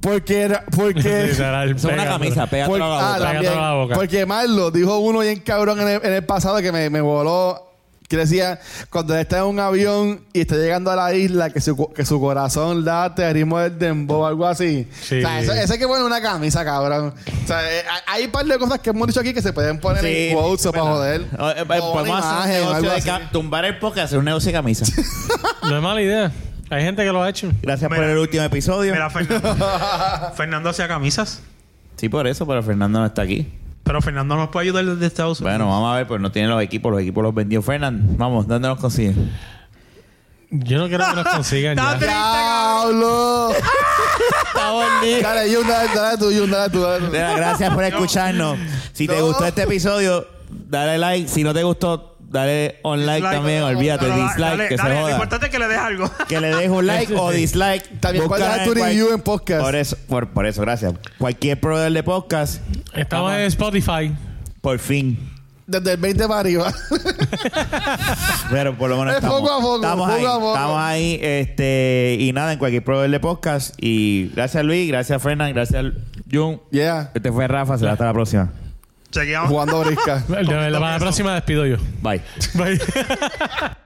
Porque era- porque
Literal,
Son una
pégatelo.
camisa, pégatelo
por-
a la
ah,
boca.
Pégate
también.
a la boca.
Porque Marlo dijo uno bien cabrón en el, en el pasado que me, me voló que decía, cuando él está en un avión y está llegando a la isla, que su, cu- que su corazón late al ritmo del dembow, algo así.
Sí.
O sea, eso, eso hay que poner una camisa, cabrón. O sea, eh, hay hay un par de cosas que hemos dicho aquí que se pueden poner en quotes o para joder.
O, eh, eh,
O una
podemos hacer
imagen,
un negocio
algo
de
así.
cam- tumbar el podcast, hacer un negocio de camisa.
No es mala idea. Hay gente que lo ha hecho.
Gracias por
Mira.
el último episodio.
Mira, Fernando. Fernando hacía camisas.
Sí, por eso, pero Fernando no está aquí.
Pero Fernando nos puede ayudar desde Estados Unidos.
Bueno, vamos a ver, pues no tiene los equipos, los equipos los vendió Fernando. Vamos, ¿dónde los consiguen?
Yo no quiero que los consigan ya.
¡Diablo! Dale, Jun, dale, dale tú, Jun, dale tú, dale tú.
Mira, gracias por escucharnos. Si te
No.
gustó este episodio, dale like. Si no te gustó, dale on like
Dislike.
también. Olvídate,
Dale,
dislike,
dale,
que
dale,
se
Lo
joda.
importante es que le des algo.
Que le dejes un like
Eso
o
sí.
dislike.
También puedes
Búscala
dejar tu
cual-
review en podcast.
Por eso, por, por eso, gracias. Cualquier proveedor de podcast,
Estamos en Spotify.
por fin.
Desde el 20 para arriba.
Pero por lo menos
Es
estamos,
poco a poco,
estamos
poco
ahí,
a poco.
estamos ahí, este, y nada, en cualquier proveedor de podcast. Y gracias Luis, gracias Fernan, gracias Jun.
yeah.
Este fue Rafa, será hasta la próxima.
Chequeamos.
Jugando brisca.
De- de- Para la próxima despido yo.
Bye.
Bye.